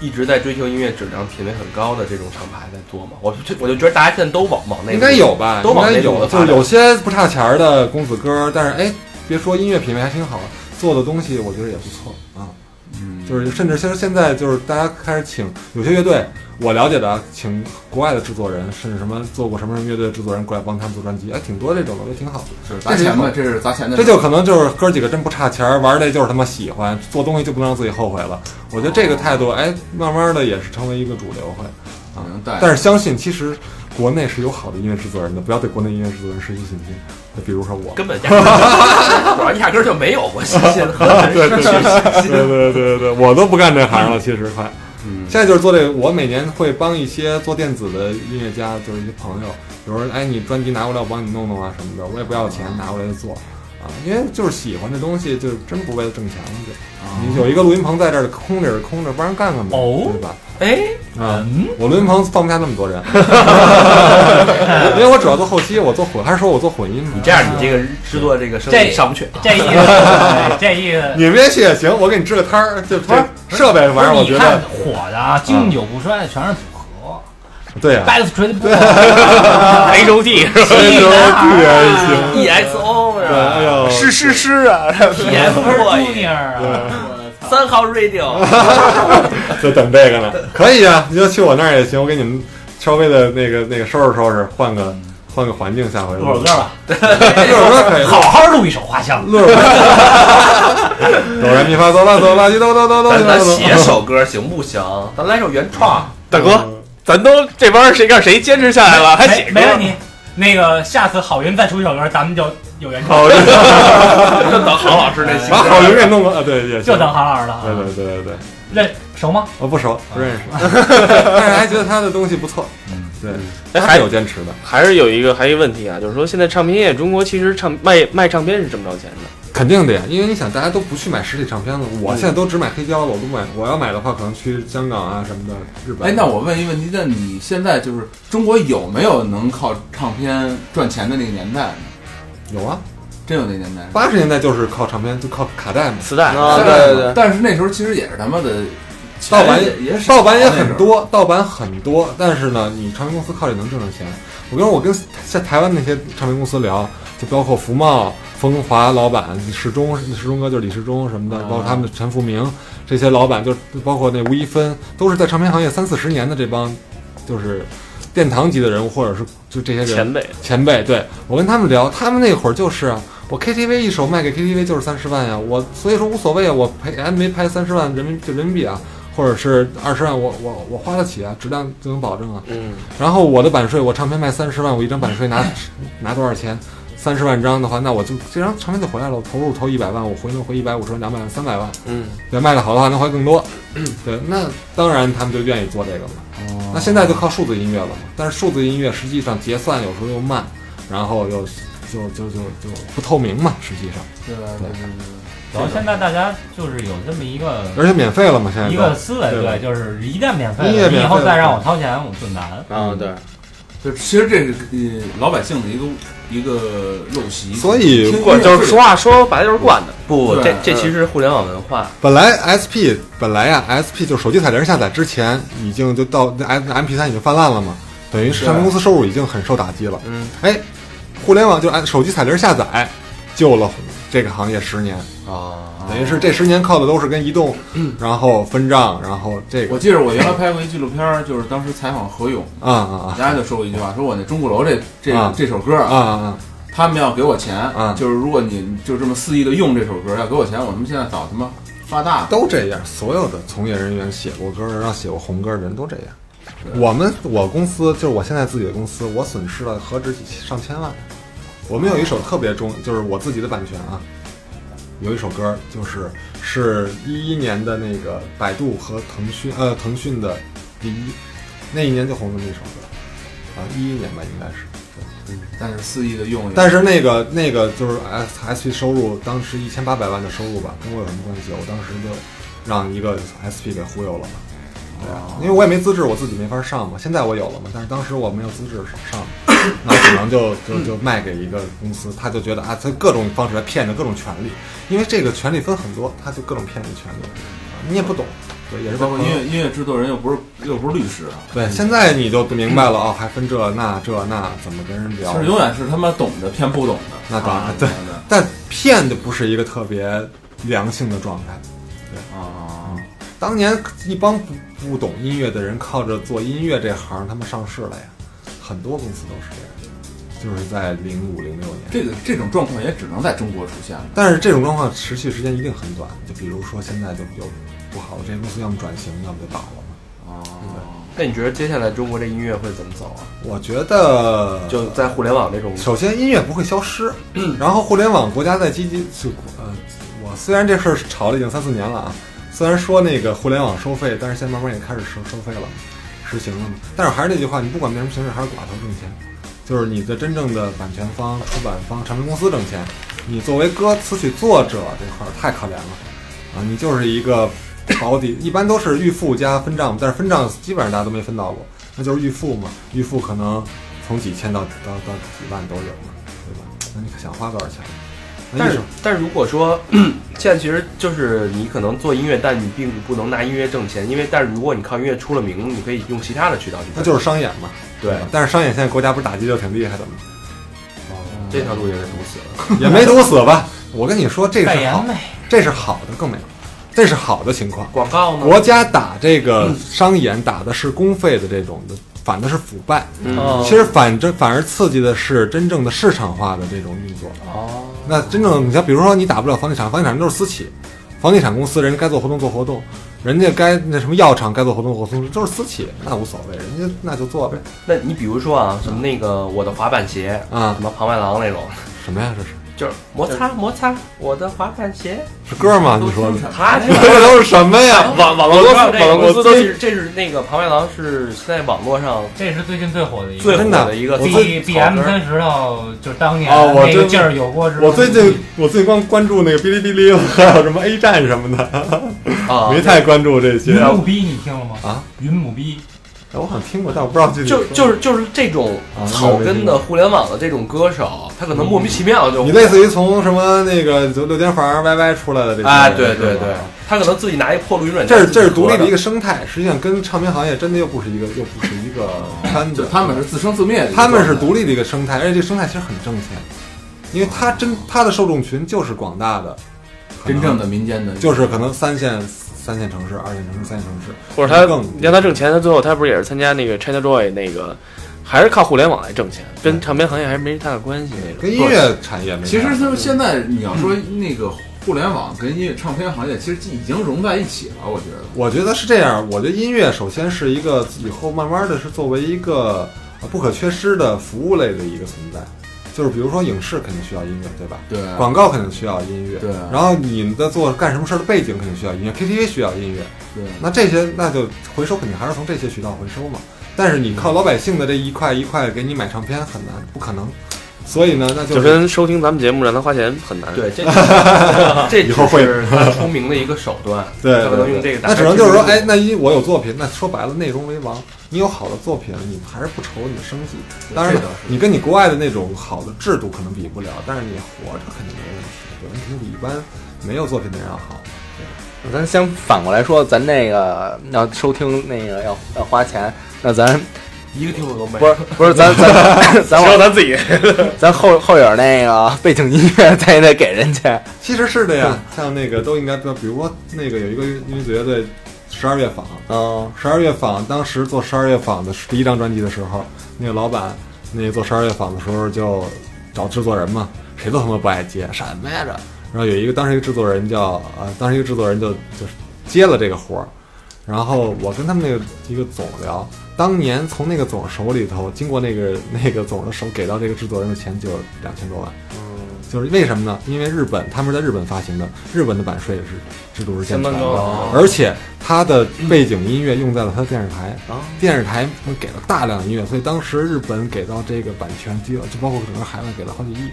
S2: 一直在追求音乐质量、品味很高的这种厂牌在做嘛？我就我就觉得大家现在都往往那个
S6: 应该有吧？
S2: 都
S6: 应
S2: 往
S6: 该
S2: 那种
S6: 有，
S2: 的
S6: 就
S2: 发
S6: 是
S2: 展
S6: 有些不差钱儿的公子哥，但是哎，别说音乐品味还挺好，做的东西我觉得也不错啊。
S5: 嗯，
S6: 就是甚至其实现在就是大家开始请有些乐队，我了解的啊，请国外的制作人，甚至什么做过什么什么乐队的制作人过来帮他们做专辑，哎，挺多这种的，我觉得挺好的。
S5: 就是砸钱吧，这是砸钱的事
S6: 这
S5: 儿。
S6: 就可能就是哥几个真不差钱儿，玩儿这就是他妈喜欢，做东西就不能让自己后悔了。我觉得这个态度，哎，慢慢的也是成为一个主流会。
S5: 能
S2: 哎
S5: 带。
S6: 但是相信其实国内是有好的音乐制作人的，不要对国内音乐制作人失去信心。就比如说我，
S2: 根本压根儿 主要压根儿就没有过新鲜的。
S6: 对对对对对对对，我都不干这 行了，其实快。
S2: 嗯
S6: 现在就是做这个，我每年会帮一些做电子的音乐家，就是一些朋友，比如说，哎，你专辑拿过来，我帮你弄弄啊什么的，我也不要钱，拿过来就做啊，因为就是喜欢这东西，就是真不为了挣钱了，就你有一个录音棚在这儿空着也是空着，不让干干呗，
S3: 哦
S6: 对吧？
S2: 哎，
S6: 啊，
S3: 嗯，
S6: 我录音棚放不下那么多人，因为我主要做后期，我做混，还是说我做混音嘛
S2: 你。这样你这个制作这个生
S3: 这
S2: 意上不去。
S3: 嗯这意思，这意思。
S6: 你们也去也行，我给你支个摊儿，就
S3: 不是
S6: 设备，反正我
S3: 你
S6: 觉
S3: 看
S6: 得
S3: 火的啊，经久不衰的全是组合
S6: 对啊呀、
S3: ，Back to the Boy，
S7: H O T 是吧？
S3: 西
S6: 牛
S3: 南
S6: 逼
S3: 孩
S6: 还行，
S7: E
S2: EXO
S6: 对，哎
S2: 啊
S6: 呦，
S4: 是是是 啊，
S2: ，TF
S3: Junior 啊，
S2: Boy，三号 Radio，
S6: 就等这个呢，可以啊，你就去我那儿也行，我给你们稍微的那个那个收拾收拾，换个换个环境，下回
S3: 录首歌吧，
S6: 录首歌可以，
S3: 好好录一首《花香》。
S6: 录首歌，走人，你发走了走了，你走走走走
S2: 咱咱
S6: 走
S2: 写首歌行不行？咱来首原创。
S7: 大哥，咱都这帮人谁干谁坚持下
S6: 啊
S7: 来了，还写歌
S3: 没没问题。那个下次郝云再出一首歌，咱们就有原创，
S6: 好人，
S7: 就等郝老师那新
S6: 把好人给弄了，啊对，也行
S3: 就等。郝老师了
S6: 对
S3: 啊。
S6: 对对对对，
S3: 认熟吗？
S6: 啊我不熟，不认识，但是还觉得他的东西不错，对，
S7: 哎，
S6: 他
S7: 还
S6: 是
S7: 有
S6: 有坚持的，
S7: 还是有一个还有一个问题啊，就是说现在唱片业中国其实唱卖卖唱片是挣不着钱的，
S6: 肯定的呀，因为你想，大家都不去买实体唱片了，我现在都只买黑胶了，我不买，我要买的话，可能去香港啊什么的，日本。
S5: 哎，那我问一个问题，那你现在就是中国有没有能靠唱片赚钱的那个年代呢？
S6: 有啊，
S5: 真有那年代吗？
S6: 八十年代就是靠唱片，就靠卡带嘛，
S7: 磁带
S4: 啊对对对
S5: 但是那时候其实也是他妈的，
S6: 盗版
S5: 也也少
S6: 盗版也
S5: 那时
S6: 很
S5: 候，
S6: 多，盗版很多，但是呢，你唱片公司靠这能挣着钱。我跟我跟在台湾那些唱片公司聊，就包括福茂、风华老板、李世忠、世忠哥就是李世忠什么的，包括他们的陈福明这些老板，就包括那吴一芬，都是在唱片行业三四十年的这帮，就是殿堂级的人物，或者是就这些人
S7: 前辈
S6: 前辈，对我跟他们聊，他们那会儿就是啊，我 KTV 一首卖给 KTV 就是三十万呀，我所以说无所谓啊，我赔还没拍三十万人民就人民币啊，或者是二十万我，我我花得起啊，质量就能保证啊。
S7: 嗯，
S6: 然后我的版税，我唱片卖三十万，我一张版税拿 拿多少钱？三十万张的话，那我就这张唱片就回来了，我投入投一百万，我回能回一百五十万、两百万、三百万，
S7: 嗯，
S6: 要卖的好的话能回更多。 对，那当然他们就愿意做这个嘛。那现在就靠数字音乐了嘛，但是数字音乐实际上结算有时候又慢，然后又就就就就不透明嘛，实际上，
S5: 对吧？对对对。
S3: 然后现在大家就是有这么一个
S6: 而且免费了嘛，现在
S3: 一
S6: 都
S3: 个思维，
S6: 对吧
S3: 对，就是一旦免费
S6: 音乐
S3: 了，
S6: 免费
S3: 你以
S6: 了
S3: 后再让我掏钱，我就难。
S4: 啊，对，
S5: 对，其实这是呃老百姓的一个一个陋习，
S6: 所以
S5: 听
S7: 惯就是
S5: 是
S7: 说话说白了就是惯的，
S2: 不
S5: 对
S2: 这
S5: 嗯
S2: 这其实是互联网文化，
S6: 本来 SP 本来呀、s p 就是手机彩铃下载之前已经就到那 M MP 3已经泛滥了嘛，等于是唱片公司收入已经很受打击了。
S7: 嗯，
S6: 哎，互联网就按手机彩铃下载救了这个行业十年啊，嗯等于是这十年靠的都是跟移动，然后分账，然后这个
S5: 我记得我原来拍过一纪录片儿，就是当时采访何勇，
S6: 啊啊
S5: 人家就说过一句话，说我那钟鼓楼这这
S6: 啊
S5: 这首歌
S6: 啊啊
S5: 啊，
S6: 啊！
S5: 他们要给我钱
S6: 啊，
S5: 就是如果你就这么肆意的用这首歌，要给我钱，我他妈现在早他妈发大了。
S6: 都这样，所有的从业人员写过歌的，让写过红歌的人都这样。我们我公司就是我现在自己的公司，我损失了何止几上千万。我们有一首特别中，就是我自己的版权啊，有一首歌就是是一一年的那个百度和腾讯呃腾讯的第一，那一年就红了那首歌啊，一一年吧应该是。
S5: 但是肆意的用也，
S6: 但是那个那个就是 S S P 收入，当时一千八百万的收入吧，跟我有什么关系？我当时就让一个 S P 给忽悠了嘛。对啊，
S5: 哦
S6: 因为我也没资质，我自己没法上嘛。现在我有了嘛，但是当时我没有资质上， 那只能就就就卖给一个公司，他就觉得啊，他各种方式来骗着各种权利，因为这个权利分很多，他就各种骗你权利，啊你也不懂，对，也是
S5: 包括
S6: 朋
S5: 音
S6: 友
S5: 乐音乐制作人又不是又不是律师啊，
S6: 对，现在你就明白了啊、还分这那这那怎么跟人聊，
S5: 就是永远是他妈懂的骗不懂的。
S6: 那当然
S5: 啊
S6: 对
S5: 对
S6: 但骗就不是一个特别良性的状态。嗯
S5: 啊，
S6: 当年一帮不不懂音乐的人，靠着做音乐这行，他们上市了呀。很多公司都是这样，就是在零五零六年。
S5: 这个这种状况也只能在中国出现了。
S6: 但是这种状况持续时间一定很短，就比如说现在就有不好的这些公司，要么转型，要么就倒了嘛。
S5: 哦，
S2: 那你觉得接下来中国这音乐会怎么走啊？
S6: 我觉得
S2: 就在互联网这种
S6: 首先，音乐不会消失，然后互联网国家在积极是呃，我虽然这事儿吵了已经三四年了啊，虽然说那个互联网收费，但是现在慢慢也开始收收费了，实行了嘛。但是还是那句话，你不管变什么形式，还是寡头挣钱，就是你的真正的版权方、出版方、唱片公司挣钱，你作为歌词曲作者这块儿太可怜了啊，你就是一个保底，一般都是预付加分账，但是分账基本上大家都没分到过，那就是预付嘛，预付可能从几千到到到几万都有嘛，对吧？那你想花多少钱？那
S2: 但
S6: 一
S2: 是
S6: 首，
S2: 但是如果说 现在其实就是你可能做音乐，但你并不能拿音乐挣钱，因为但是如果你靠音乐出了名，你可以用其他的渠道去赚钱。
S6: 那就是商演嘛。
S2: 对，
S6: 但是商演现在国家不是打击就挺厉害的吗？嗯
S2: 这条路也是堵死了。
S6: 也没堵死吧？我跟你说，这
S3: 代
S6: 是
S3: 言
S6: 好，
S3: 呗，
S6: 这是好的更美，这是好的情况。
S2: 广告呢？嗯
S6: 国家打这个商演打的是公费的这种的，反的是腐败。
S2: 嗯
S6: 其实反正反而刺激的是真正的市场化的这种运作。
S2: 哦，
S6: 那真正你像比如说你打不了房地产，房地产都是私企，房地产公司人家该做活动做活动，人家该那什么药厂该做活动做活动，都是私企，那无所谓，人家那就做呗。
S2: 那你比如说啊，什么那个我的滑板鞋
S6: 啊
S2: 什么庞麦郎那种，
S6: 什么呀这是？
S2: 就是摩擦摩擦我的滑板鞋，
S6: 是歌吗？啊你说的哎
S2: 他
S6: 这都是什么呀？
S2: 网网络
S7: 公司
S2: 这个
S7: 网络公司都
S2: 这是这是那个庞麦郎是现在网络上
S3: 这是最近最火的一个。
S2: 最火
S6: 真的
S2: 的一个
S3: B B M
S2: 草根
S3: 三十到就是当年
S6: 哦我
S3: 那个
S6: 真
S3: 劲儿有过之后，
S6: 我最近我最近光关注那个哔哩哔哩，还有什么 A 站什么的，
S2: 啊
S6: 没，太关注这些。
S3: 云母逼你听了吗？
S6: 啊，哎
S3: 云母逼，
S6: 我好像听过，但我不知道具体。
S2: 就就是就是这种
S6: 啊
S2: 草根的互联网的这种歌手，他可能莫名其妙就
S6: 嗯你类似于从什么那个就六间房 YY 出来的这些人
S2: 哎，对对
S6: 是吧
S2: 对，他可能自己拿一破录音软件，
S6: 这是这是独立的一
S2: 个。
S6: 个生态，实际上跟唱片行业真的又不是一个又不是一个圈
S5: 哦就
S6: 子，
S5: 他们是自生自灭的一个
S6: 他
S5: 状态，
S6: 们是独立的一个生态，而且这个生态其实很挣钱，因为它真它的受众群就是广大的，可能
S5: 真正的民间的，
S6: 就是可能三线三线城市、二线城市、三线城市，
S7: 或者他
S6: 更
S7: 你让他挣钱，他最后他不是也是参加那个 ChinaJoy 那个，还是靠互联网来挣钱，跟唱片行业还是没太大关系那种。
S6: 跟音乐产业没啥。
S5: 其实就是现在你要说那个互联网跟音乐唱片行业，其实已经融在一起了，我觉得。
S6: 我觉得是这样，我觉得音乐首先是一个以后慢慢的是作为一个呃不可缺失的服务类的一个存在，就是比如说影视肯定需要音乐，对吧？
S5: 对，
S6: 广告肯定需要音乐，
S5: 对
S6: 然后你在做干什么事儿的背景肯定需要音乐，KTV 需要音乐，
S5: 对，
S6: 那这些那就回收肯定还是从这些渠道回收嘛。但是你靠老百姓的这一块一块给你买唱片很难，不可能。所以呢，那
S7: 就是跟收听咱们节目让他花钱很难。
S2: 对，这 这
S6: 以后会
S2: 只是他出名的一个手段，
S6: 对
S2: 他可能用这个打
S6: 那
S2: 开
S6: 只能就是说，
S2: 知名
S6: 哎
S2: 度，
S6: 那一我有作品，那说白了内容为王。你有好的作品，你还是不愁你的生计。当然
S5: 这倒，是
S6: 你跟你国外的那种好的制度可能比不了，但是你活着肯定没问题。有人肯定比一般没有作品的人要好。
S4: 咱先反过来说，咱那个要收听那个要要花钱，那咱
S2: 一个听众都没
S4: 不是不是 咱咱咱
S7: 只有
S4: 往
S7: 咱自己。
S4: 咱后后影那个背景音乐咱也得给人家，
S6: 其实是的呀，像那个都应该，比如说那个有一个女子乐队，十二月坊，
S4: 嗯，
S6: 十二月坊当时做十二月坊的第一张专辑的时候，那个老板，那个做十二月坊的时候就找制作人嘛，谁都他妈不爱接，什么呀这？然后有一个当时一个制作人叫呃，当时一个制作人就就是接了这个活儿，然后我跟他们那个一个总聊，当年从那个总手里头，经过那个那个总的手给到这个制作人的钱就有两千多万。就是为什么呢？因为日本他们是在日本发行的，日本的版税是制度是健
S7: 相
S6: 全
S7: 当
S6: 的
S7: 高，
S6: 而且它的背景音乐用在了它的电视台，电视台给了大量的音乐，所以当时日本给到这个版权就就包括整个海外给了好几亿，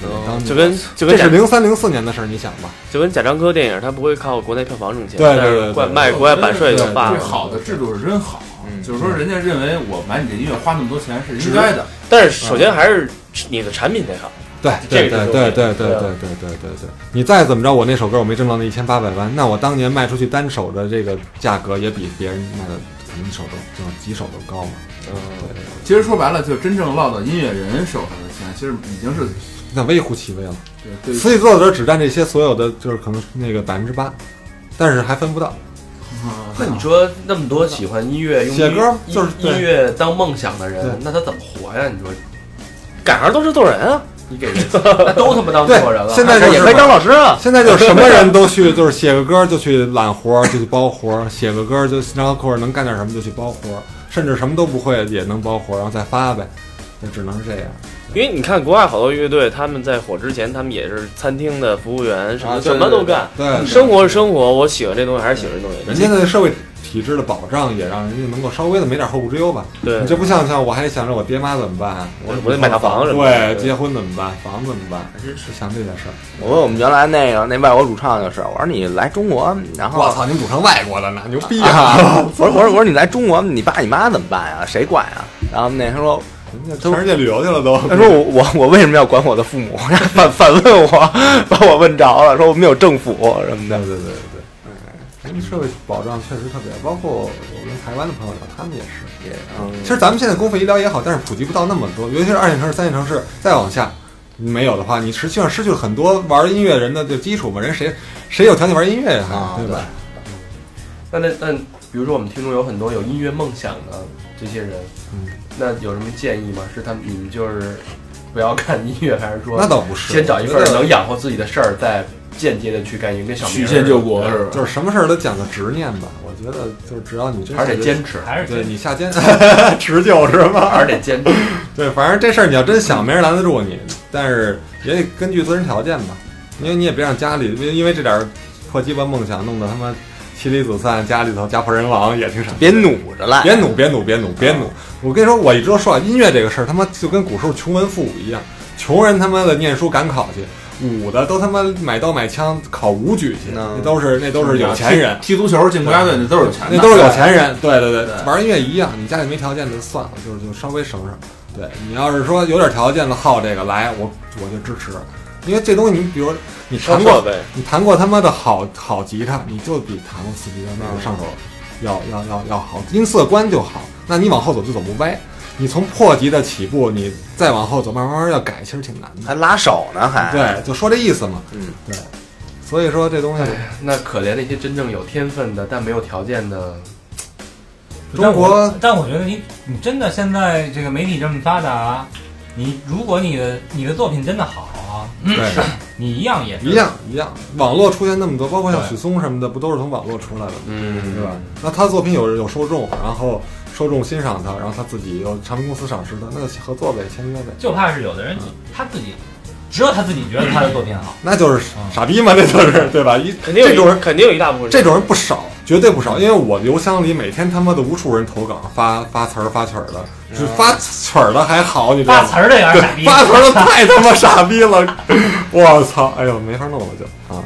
S6: 给了当年
S7: 哦就跟就
S6: 这
S7: 跟
S6: 是
S7: 贾
S6: 零三零四年的事儿，你想吧，
S7: 就跟贾樟柯电影，他不会靠国内票房挣钱，
S6: 对对
S7: 但是
S6: 对对
S7: 怪
S6: 对
S7: 卖国外版税就罢
S5: 这
S7: 了。
S5: 好的制度是真好，
S6: 嗯
S5: 就是说人家认为我买你这音乐花那么多钱是应该的，
S7: 但
S6: 嗯
S7: 是首先还是你的产品得好。
S6: 对
S7: 这
S6: 对
S7: 个
S6: 对
S7: 是
S6: 对对
S7: 对啊
S6: 对对对对对对，你再怎么着，我那首歌我没挣到那一千八百万，那我当年卖出去单首的这个价格也比别人卖的肯定首都就几首都高嘛，对，
S5: 其实说白了，就真正落到音乐人手上的钱，其实已经是
S6: 那微乎其微了。
S5: 对对
S6: 词曲作者只占这些所有的，就是可能那个百分之八，但是还分不到。
S2: 那你说那么多喜欢音乐、用
S6: 写歌
S2: 音
S6: 就是对
S2: 音乐当梦想的人
S6: 对，
S2: 那他怎么活呀？你说
S7: 赶上都是做人啊，
S2: 你给 人，那都他妈当
S6: 对
S2: 做人了，，
S6: 现在就
S4: 也
S6: 是
S4: 可以当老师 啊，
S6: 现在就是什么人都去，就是写个歌就去揽活儿，就去包活儿；写个歌就然后或者能干点什么就去包活儿，甚至什么都不会也能包活儿，然后再发呗，就只能是这样。
S7: 因为你看国外好多乐队，他们在火之前，他们也是餐厅的服务员，什么、
S6: 啊对
S7: 什么都干。
S4: 嗯
S6: 对，
S7: 生活是生活，我喜欢这东西还是喜欢这东西。
S6: 人家的社会体制的保障也让人家能够稍微的没点后顾之忧吧。
S7: 对
S6: 你这不像像我还想着我爹妈怎么办，我
S7: 我得买套房什么的
S6: 对，结婚怎么办，房子怎么办，是是想这件事儿。
S4: 我问我们原来那个那外国主唱就是，我说你来中国，然后
S6: 我操，你们主唱外国的呢，牛逼啊！
S4: 啊，我说我说我说你来中国，你爸你妈怎么办呀？谁管呀？然后那他说
S6: 人家全世界旅游去了 都。
S4: 他说我我我为什么要管我的父母？ 反反问我，把我问着了，说我们有政府什么
S6: 对
S4: 的。
S6: 对对对，哎，人家社会保障确实特别，包括我跟台湾的朋友聊，他们也是。也，
S2: 嗯
S6: 其实咱们现在公费医疗也好，但是普及不到那么多，尤其是二线城市、三线城市，再往下没有的话，你实际上失去了很多玩音乐人的这基础嘛。人谁谁有条件玩音乐呀？
S4: 啊
S6: 对吧？
S2: 那那那，比如说我们听众有很多有音乐梦想的这些人，
S6: 嗯
S2: 那有什么建议吗？是他们你们就是不要干音乐，还是说
S6: 那倒不是，
S2: 先找一
S6: 我
S2: 份
S6: 觉得
S2: 能养活自己的事儿，再间接的去干一个跟小明
S5: 曲线救国是吧？
S6: 就是什么事儿都讲究执念吧。我觉得就是只要你真
S2: 还是得
S6: 坚，
S2: 坚持，
S3: 还是
S6: 对
S3: 这
S6: 你 下坚持久是吗？
S2: 还是得坚持。
S6: 对，反正这事儿你要真想，没人拦得住你。但是也得根据自身条件吧，因为你也别让家里因为因为这点儿破鸡巴梦想弄得他妈妻离子散，家里头家破人亡也挺傻。
S4: 别努着来，
S6: 别嗯努，别努，别努，别努！我跟你说，我一直都说啊，音乐这个事儿，他妈就跟古时候穷文富武一样，穷人他妈的念书赶考去，武的都他妈买刀买枪考武举去，
S4: 嗯
S6: 那都是那都是有钱人，
S5: 踢踢足球进国家队那都是有钱的，
S6: 啊那都是有钱人。对对对，嗯
S5: 对
S6: 玩音乐一样，你家里没条件的算了，就是就稍微省省。对你要是说有点条件的好这个来，我我就支持，因为这东西你比如你
S7: 说
S6: 弹过
S7: 错呗，
S6: 你弹过他妈的好好吉他，你就比弹过四吉他那个上手要要要要好，音色观就好。那你往后走就走不歪，你从破吉他起步，你再往后走，慢慢慢慢要改，其实挺难的。
S4: 还拉手呢，还
S6: 对，就说这意思嘛。
S4: 嗯，
S6: 对。所以说这东西，
S2: 那可怜那些真正有天分的但没有条件的，
S6: 中国
S3: 但我，但我觉得你你真的现在这个媒体这么发达，你如果你的你的作品真的好啊，
S6: 对
S3: 你一样也是
S6: 嗯一样一样，网络出现那么多，包括像
S3: 对
S6: 许嵩什么的，不都是从网络出来的吗？
S2: 嗯
S6: 对吧？那他的作品有有受众，然后受众欣赏他，然后他自己有唱片公司赏识他，那就合作呗，签约呗，
S3: 就怕是有的人他自己只有他自己觉得他的作品好，
S6: 那就是傻逼嘛，那就是对吧？一
S7: 肯定有
S6: 这种人
S7: 一肯定有一大部分人
S6: 这种人不少，绝对不少，因为我邮箱里每天他妈的无数人投稿发发词儿发曲儿的，
S7: 嗯
S6: 只发曲儿的还好，你知道
S3: 发
S6: 吗
S3: 词？儿的有点傻逼，
S6: 嗯对发词儿的太他妈傻逼了， 我操！哎呦，没法弄了就啊，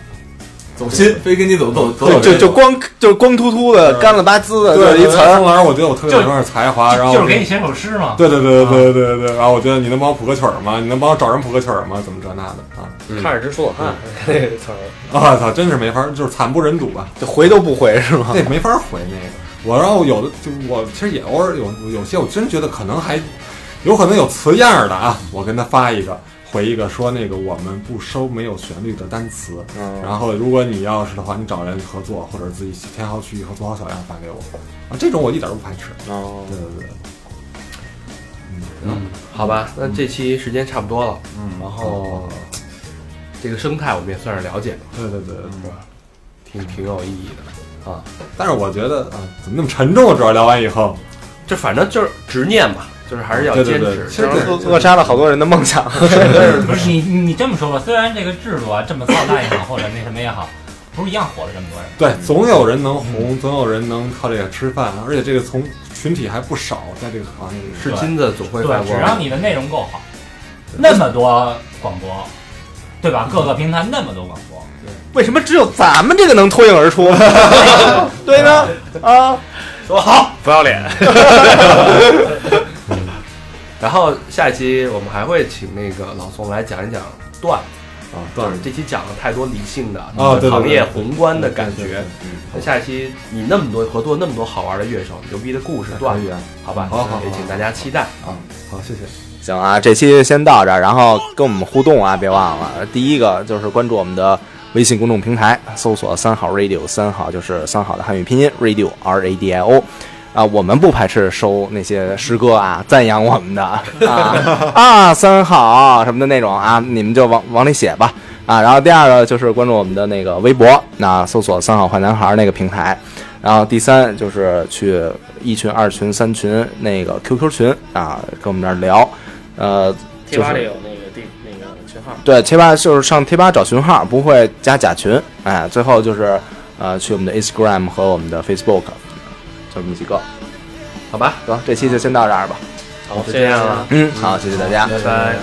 S5: 走心，非跟你走走走
S4: 就
S5: 走
S4: 就就光就光秃秃的、干了吧唧的，就是一词儿
S6: 从来我觉得我特别有点才华，然后
S3: 就是给你写嗯首诗嘛。
S6: 对对对对对对对，然后我觉得你能帮我谱个曲儿吗？你能帮我找人谱个曲儿吗？怎么这那的啊？
S7: 嗯看着直出冷汗，那个词儿。
S6: 我操，真是没法，就是惨不忍睹吧。
S4: 就回都不回是吗？
S6: 那没法回那个。我然后有的就我其实也偶尔有有些我真觉得可能还有可能有词样儿的啊，我跟他发一个回一个说那个我们不收没有旋律的单词，
S4: 嗯
S6: 然后如果你要是的话，你找人合作或者自己填好曲以后做好小样发给我啊，这种我一点儿都不排斥。
S4: 哦
S6: 对对对，
S2: 好吧，那这期时间差不多了，
S6: 嗯
S2: 然
S4: 哦
S2: 后这个生态我们也算是了解了，
S6: 对对对，
S2: 是吧？挺挺有意义的啊，
S6: 但是我觉得啊，怎么那么沉重啊？主要聊完以后，
S2: 这反正就是执念吧，就是还是要
S6: 对对
S2: 坚
S6: 对
S2: 持。
S6: 其实对
S4: 扼扼杀了好多人的梦想。
S3: 不是你你你这么说吧，虽然这个制度啊这么操蛋也好， 或者那什么也好，不是一样火了这么多人。
S2: 嗯
S6: 对，总有人能红，总有人能靠这个吃饭，而且这个从群体还不少，在这个行业里
S2: 是金子总会发
S3: 对，只要
S2: 光。
S3: 你的内容够好，那么多广播，对吧？各个平台那么多广播，
S4: 为什么只有咱们这个能脱颖而出？ 对呢，啊，
S7: 说好不要脸，
S2: 然后下一期我们还会请那个老宋来讲一讲段子，
S6: 啊，
S2: 就
S6: 段
S2: 是
S6: 子
S2: 这期讲了太多理性的、
S6: 哦对对对
S2: 行业宏观的感
S6: 对对
S2: 觉
S6: 对。
S2: 那下一期你那么多合作那么多好玩的乐手、牛逼的故事段
S6: 可以
S2: 子
S6: 啊，
S2: 好吧？
S6: 好好好
S2: 也请大家期待。
S6: 啊，好，谢谢。
S4: 行啊，这期先到这儿，然后跟我们互动啊，别忘了，第一个就是关注我们的微信公众平台，搜索“三好 radio”，三好就是三好的汉语拼音 radio r a d i o。啊，我们不排斥收那些师哥啊，赞扬我们的啊啊三好什么的那种啊，你们就往往里写吧啊。然后第二个就是关注我们的那个微博，那搜索“三好坏男孩”那个平台。然后第三就是去一群、二群、三群那个 QQ 群啊，跟我们这儿聊。呃，
S7: 贴吧里有那个地那个群号，
S4: 对，贴吧就是上贴吧找群号，不会加假群。哎，最后就是呃，去我们的 Instagram 和我们的 Facebook，就这么几个。
S2: 好吧，
S4: 得，这期就先到这儿吧。
S2: 好，就这样了，
S4: 嗯，好，谢谢大家。
S2: 拜拜。